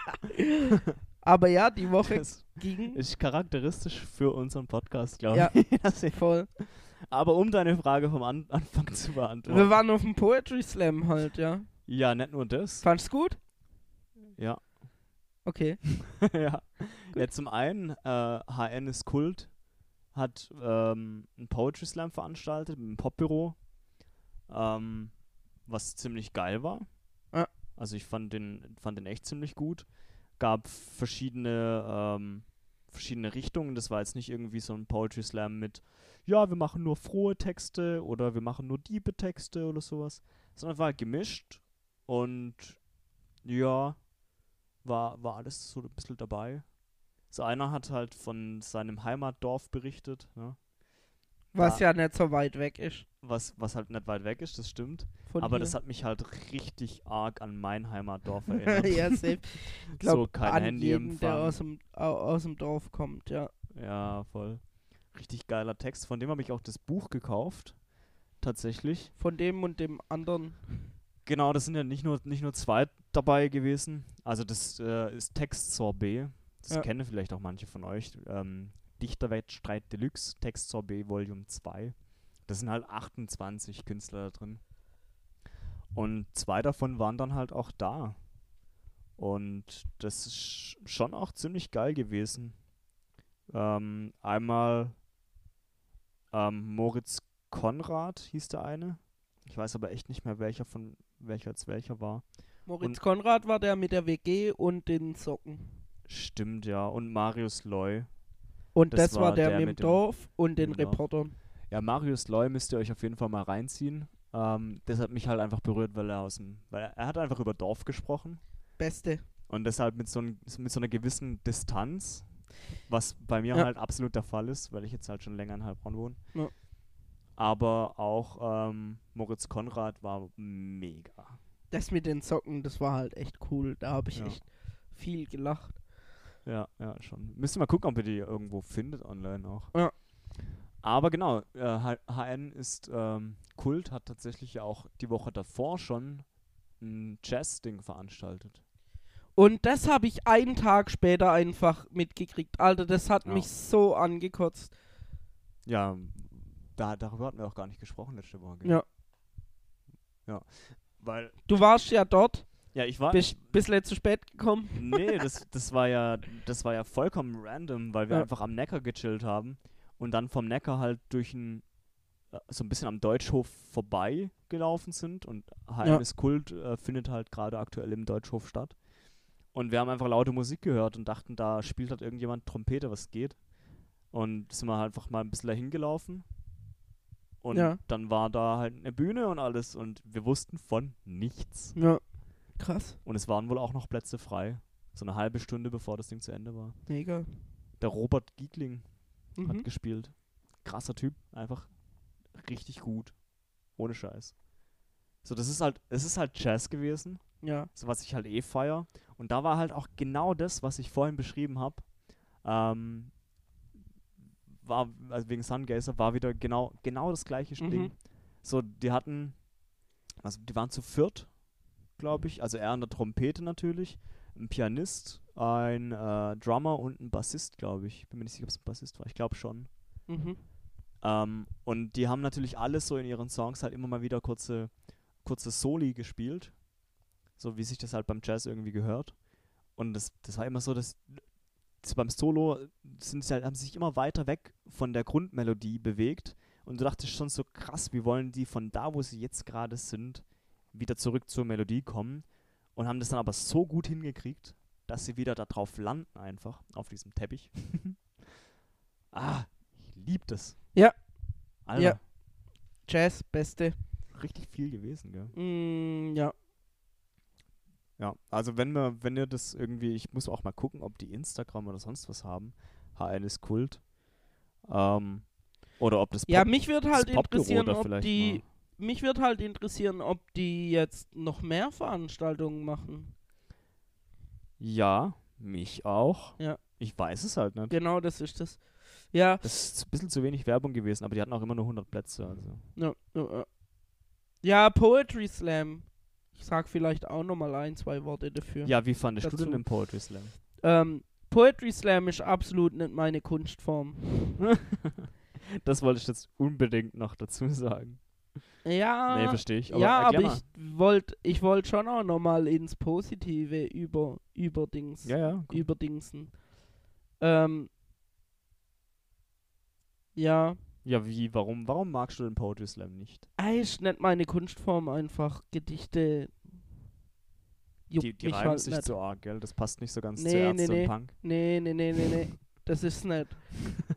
Aber ja, die Woche Das ging ist charakteristisch für unseren Podcast, glaube Ja. ich. Dass ich. voll. Aber um deine Frage vom An Anfang zu Wir beantworten. waren auf dem Poetry Slam halt, ja. Ja, nicht nur das. Fandest du gut? Ja. Okay. ja. ja. Zum einen, äh, HN ist Kult, hat ähm, einen Poetry Slam veranstaltet im Popbüro, ähm, was ziemlich geil war. Ja. Also ich fand den, fand den echt ziemlich gut. Gab verschiedene, ähm, verschiedene Richtungen. Das war jetzt nicht irgendwie so ein Poetry Slam mit, ja, wir machen nur frohe Texte oder wir machen nur diebe Texte oder sowas. Sondern war halt gemischt und ja, war, war alles so ein bisschen dabei. So einer hat halt von seinem Heimatdorf berichtet, ne? Was ja nicht so weit weg ist. was, was halt nicht weit weg ist, das stimmt. Von Aber hier. das hat mich halt richtig arg an mein Heimatdorf erinnert. ja, safe. Glaub, so kein an jeden, der Handyempfang. aus dem, au- aus dem Dorf kommt, ja. Ja, voll. Richtig geiler Text. Von dem habe ich auch das Buch gekauft. Tatsächlich. Von dem und dem anderen. Genau, das sind ja nicht nur, nicht nur zwei dabei gewesen. Also das äh, ist Text-Sorbet. Das Ja. kennen vielleicht auch manche von euch. Ähm, Dichterwettstreit Deluxe, Text-Sorbet Volume 2. Das sind halt 28 Künstler da drin. Und zwei davon waren dann halt auch da. Und das ist sch- schon auch ziemlich geil gewesen. Ähm, einmal ähm, Moritz Konrad hieß der eine. Ich weiß aber echt nicht mehr, welcher von welcher als welcher war. Moritz Und- Konrad war der mit der WG und den Socken. Stimmt, ja. Und Marius Loy. Und Das das, war war der, der mit mit dem dem- Dorf und den dem Dorf. Reportern. Ja, Marius Loy müsst ihr euch auf jeden Fall mal reinziehen. Ähm, das hat mich halt einfach berührt, weil er aus dem. Weil er, er hat einfach über Dorf gesprochen. Beste. Und deshalb mit so, ein, mit so einer gewissen Distanz, was bei mir Ja. halt absolut der Fall ist, weil ich jetzt halt schon länger in Heilbronn wohne. Ja. Aber auch ähm, Moritz Konrad war mega. Das mit den Socken, das war halt echt cool. Da habe ich Ja. echt viel gelacht. Ja, ja, schon. Müsst ihr mal gucken, ob ihr die irgendwo findet online auch. Ja. Aber genau, äh, H- HN ist ähm, Kult, hat tatsächlich ja auch die Woche davor schon ein Jazz-Ding veranstaltet. Und das habe ich einen Tag später einfach mitgekriegt. Alter, das hat Ja. mich so angekotzt. Ja, da, darüber hatten wir auch gar nicht gesprochen letzte Woche. gell? Ja. Ja. Weil, Du warst ja dort, ja, ich war. bist bisschen zu spät gekommen. nee, das, das war ja, das war ja vollkommen random, weil wir Ja. einfach am Neckar gechillt haben und dann vom Neckar halt durch ein äh, so ein bisschen am Deutschhof vorbei gelaufen sind und Ja. Heimes Kult äh, findet halt gerade aktuell im Deutschhof statt. Und wir haben einfach laute Musik gehört und dachten, da spielt halt irgendjemand Trompete, was geht. Und sind wir halt einfach mal ein bisschen dahin gelaufen. Und Ja. dann war da halt eine Bühne und alles und wir wussten von nichts. Ja. Krass. Und es waren wohl auch noch Plätze frei. So eine halbe Stunde bevor das Ding zu Ende war. Mega. Der Robert Giegling Mhm. hat gespielt. Krasser Typ, einfach richtig gut. Ohne Scheiß. So, das ist halt, es ist halt Jazz gewesen, Ja. so was ich halt eh feier. Und da war halt auch genau das, was ich vorhin beschrieben habe. Ähm, war, also wegen Sungazer war wieder genau, genau das gleiche Mhm. Ding. So, die hatten, also die waren zu viert, glaube ich. Also er an der Trompete natürlich, ein Pianist, ein äh, Drummer und ein Bassist, glaube ich. Bin mir nicht sicher, ob es ein Bassist war. Ich glaube schon. Mhm. Ähm, und die haben natürlich alles so in ihren Songs halt immer mal wieder kurze, kurze Soli gespielt. So wie sich das halt beim Jazz irgendwie gehört. Und das, das war immer so, dass dass beim Solo sind sie halt, haben sie sich immer weiter weg von der Grundmelodie bewegt. Und du dachtest schon so krass, wie wollen die von da, wo sie jetzt gerade sind, wieder zurück zur Melodie kommen. Und haben das dann aber so gut hingekriegt, dass sie wieder da drauf landen, einfach auf diesem Teppich. ah, ich lieb das. Ja. Alter, Ja. Jazz, beste. richtig viel gewesen, gell? Mm, ja. Ja, also wenn wir, wenn ihr das irgendwie, ich muss auch mal gucken, ob die Instagram oder sonst was haben. HN ist Kult. Ähm, oder ob das Ja, mich wird halt das Popbüro interessieren, da ob vielleicht die. mal- Mich wird halt interessieren, ob die jetzt noch mehr Veranstaltungen machen. Ja, mich auch. Ja. Ich weiß es halt nicht. Genau, das ist das. Ja, Das ist ein bisschen zu wenig Werbung gewesen, aber die hatten auch immer nur 100 Plätze. Also. ja, ja, ja. ja Poetry Slam. Ich sag vielleicht auch nochmal ein, zwei Worte dafür. Ja, wie fandest du Dazu. denn den Poetry Slam? Ähm, Poetry Slam ist absolut nicht meine Kunstform. das wollte ich jetzt unbedingt noch dazu sagen. Ja, nee, verstehe ich. Aber Ah, ja, erklär aber mal. ich wollte ich wollt schon auch nochmal ins Positive über, überdings, Ja, ja. gut. überdingsen. Ähm, ja, Ja, wie, warum, warum magst du den Poetry Slam nicht? Ah, ist nicht meine Kunstform einfach. Gedichte juckt Die, die mich reimen halt sich nicht. zu arg, gell? Das passt nicht so ganz Nee, zu nee, Ärzte nee. und Punk. Nee, nee, nee, nee, nee. Das ist nicht.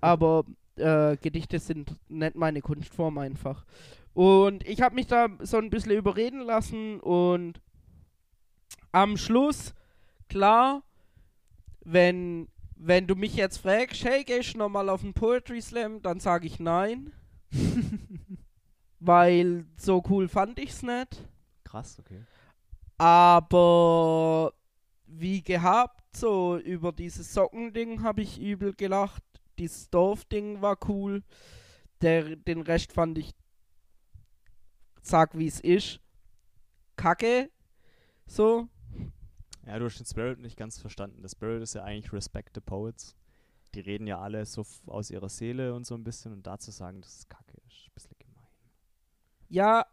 Aber äh, Gedichte sind nicht meine Kunstform einfach. Und ich habe mich da so ein bisschen überreden lassen und am Schluss, klar, wenn, wenn du mich jetzt fragst, hey, gehst du nochmal auf den Poetry Slam, dann sage ich nein. weil so cool fand ich's nicht. Krass, okay. Aber wie gehabt, so über dieses Sockending habe ich übel gelacht. Dieses Dorfding war cool. Der, den Rest fand ich, sag wie es ist, kacke. So, Ja, du hast den Spirit nicht ganz verstanden. Der Spirit ist ja eigentlich Respect the Poets. Die reden ja alle so f- aus ihrer Seele und so ein bisschen. Und da zu sagen, das ist kacke, ist ein bisschen gemein. ja,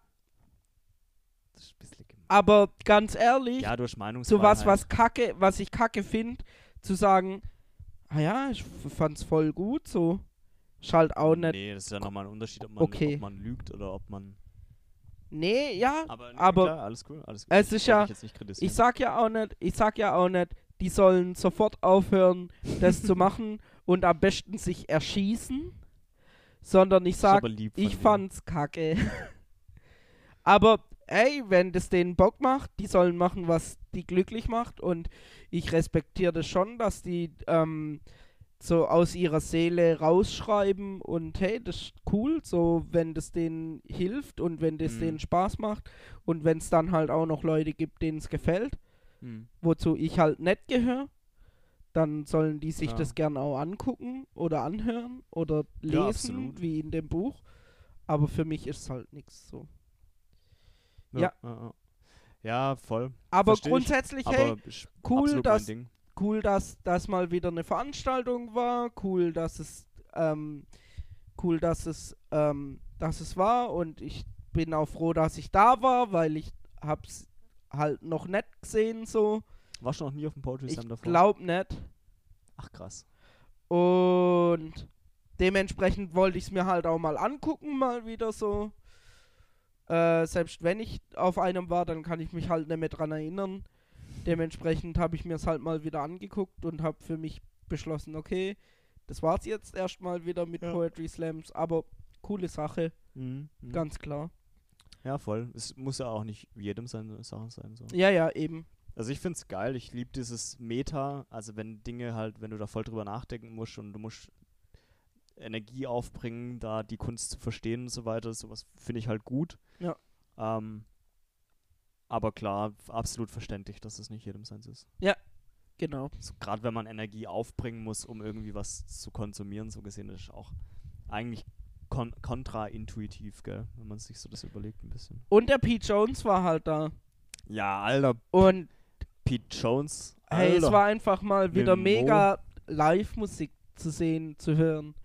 Das ist ein bisschen gemein. aber ganz ehrlich, ja, du hast Meinungsfreiheit. zu was, was kacke, was ich kacke finde, zu sagen, ah ja, ich f- fand's voll gut, so. Ist halt auch nicht. Nee, das ist ja nochmal ein Unterschied, ob man, Okay. ob man lügt oder ob man... Nee, ja, Aber, nee, Aber- klar, alles cool, alles Es ist Ich wollte ja- dich Jetzt nicht kritisieren. Ich sag ja auch nicht, ich sag ja auch nicht, die sollen sofort aufhören, das zu machen und am besten sich erschießen, sondern ich Das ist sag, aber lieb von ich dir. fand's kacke. Aber ey, wenn das denen Bock macht, die sollen machen, was die glücklich macht und ich respektiere das schon, dass die ähm, so aus ihrer Seele rausschreiben und hey, das ist cool, so wenn das denen hilft und wenn das Mhm. denen Spaß macht und wenn es dann halt auch noch Leute gibt, denen es gefällt Hm. wozu ich halt nicht gehöre, dann sollen die sich Ja. das gern auch angucken oder anhören oder lesen, Ja, absolut. wie in dem Buch. Aber für mich ist es halt nichts so. Ja. Ja, ja. ja, voll. Aber Versteh ich, grundsätzlich, hey, Aber ist cool, absolut dass- mein Ding. cool, dass das mal wieder eine Veranstaltung war, cool, dass es, ähm, cool, dass es, ähm, dass es war und ich bin auch froh, dass ich da war, weil ich hab's halt noch nicht gesehen so. Warst du noch nie auf dem Poetry Ich Slam davor? glaub nicht. Ach krass. Und dementsprechend wollte ich es mir halt auch mal angucken, mal wieder so. Äh, selbst wenn ich auf einem war, dann kann ich mich halt nicht mehr dran erinnern. Dementsprechend habe ich mir es halt mal wieder angeguckt und habe für mich beschlossen, okay, das war's jetzt erstmal wieder mit Ja. Poetry Slams, aber coole Sache, Mhm. mhm. ganz klar. Ja, voll. Es muss ja auch nicht jedem seine Sachen sein. So. Ja, ja, eben. Also ich find's geil. Ich liebe dieses Meta. Also wenn Dinge halt, wenn du da voll drüber nachdenken musst und du musst Energie aufbringen, da die Kunst zu verstehen und so weiter, sowas finde ich halt gut. Ja. Ähm, aber klar, absolut verständlich, dass es nicht jedem seins ist. Genau. So, Gerade wenn man Energie aufbringen muss, um irgendwie was zu konsumieren, so gesehen, das ist auch eigentlich kon kontraintuitiv, gell? Wenn man sich so das überlegt ein bisschen. Und der Pete Jones war halt da. Ja, alter Und Pete Jones. hey, es alter. war einfach mal wieder Mit Mo. mega Live-Musik zu sehen, zu hören.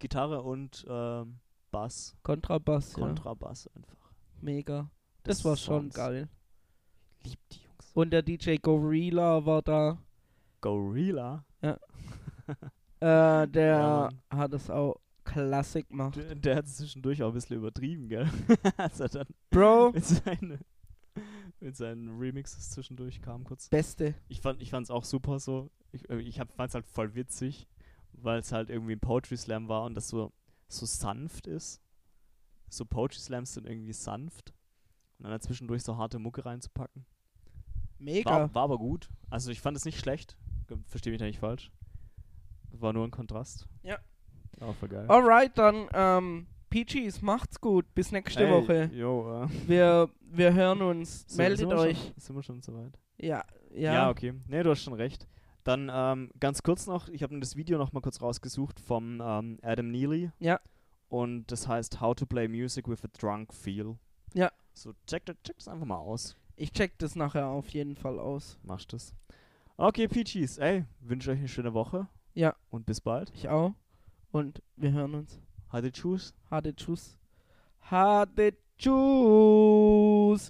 Gitarre und ähm, Bass, Kontrabass, ja. Kontrabass einfach. Mega. Das, war schon Sounds- geil. Lieb die Jungs. Und der DJ Gorilla war da. Gorilla. Äh, der Ja, hat es auch klasse gemacht. Der, der hat es zwischendurch auch ein bisschen übertrieben, gell? Als er dann Bro, mit, seine, mit seinen Remixes zwischendurch kam kurz. beste. Ich fand ich fand's auch super so. Ich, äh, ich hab, fand's halt voll witzig, weil es halt irgendwie ein Poetry Slam war und das so, so sanft ist. So Poetry Slams sind irgendwie sanft. Und dann halt zwischendurch so harte Mucke reinzupacken. Mega. War, war aber gut. Also ich fand es nicht schlecht. Verstehe mich da nicht falsch. War nur ein Kontrast. Ja. War voll geil. Alright, dann, ähm, Peaches, macht's gut. Bis nächste Ey, Woche. Jo, äh, Wir, wir hören uns. sind- Meldet sind wir euch. Schon, sind wir schon soweit? Ja, Ja. ja. okay. Nee, du hast schon recht. Dann ähm, ganz kurz noch, ich habe mir das Video noch mal kurz rausgesucht vom ähm, Adam Neely. Ja. Und das heißt How to Play Music with a Drunk Feel. Ja. So, check, das- check das einfach mal aus. Ich check das nachher auf jeden Fall aus. Machst das. Okay, Peaches, ey, wünsche euch eine schöne Woche. Ja. Und bis bald. Ich auch. Und wir hören uns. Hatte Tschüss. Hade Tschüss. Hade Tschüss.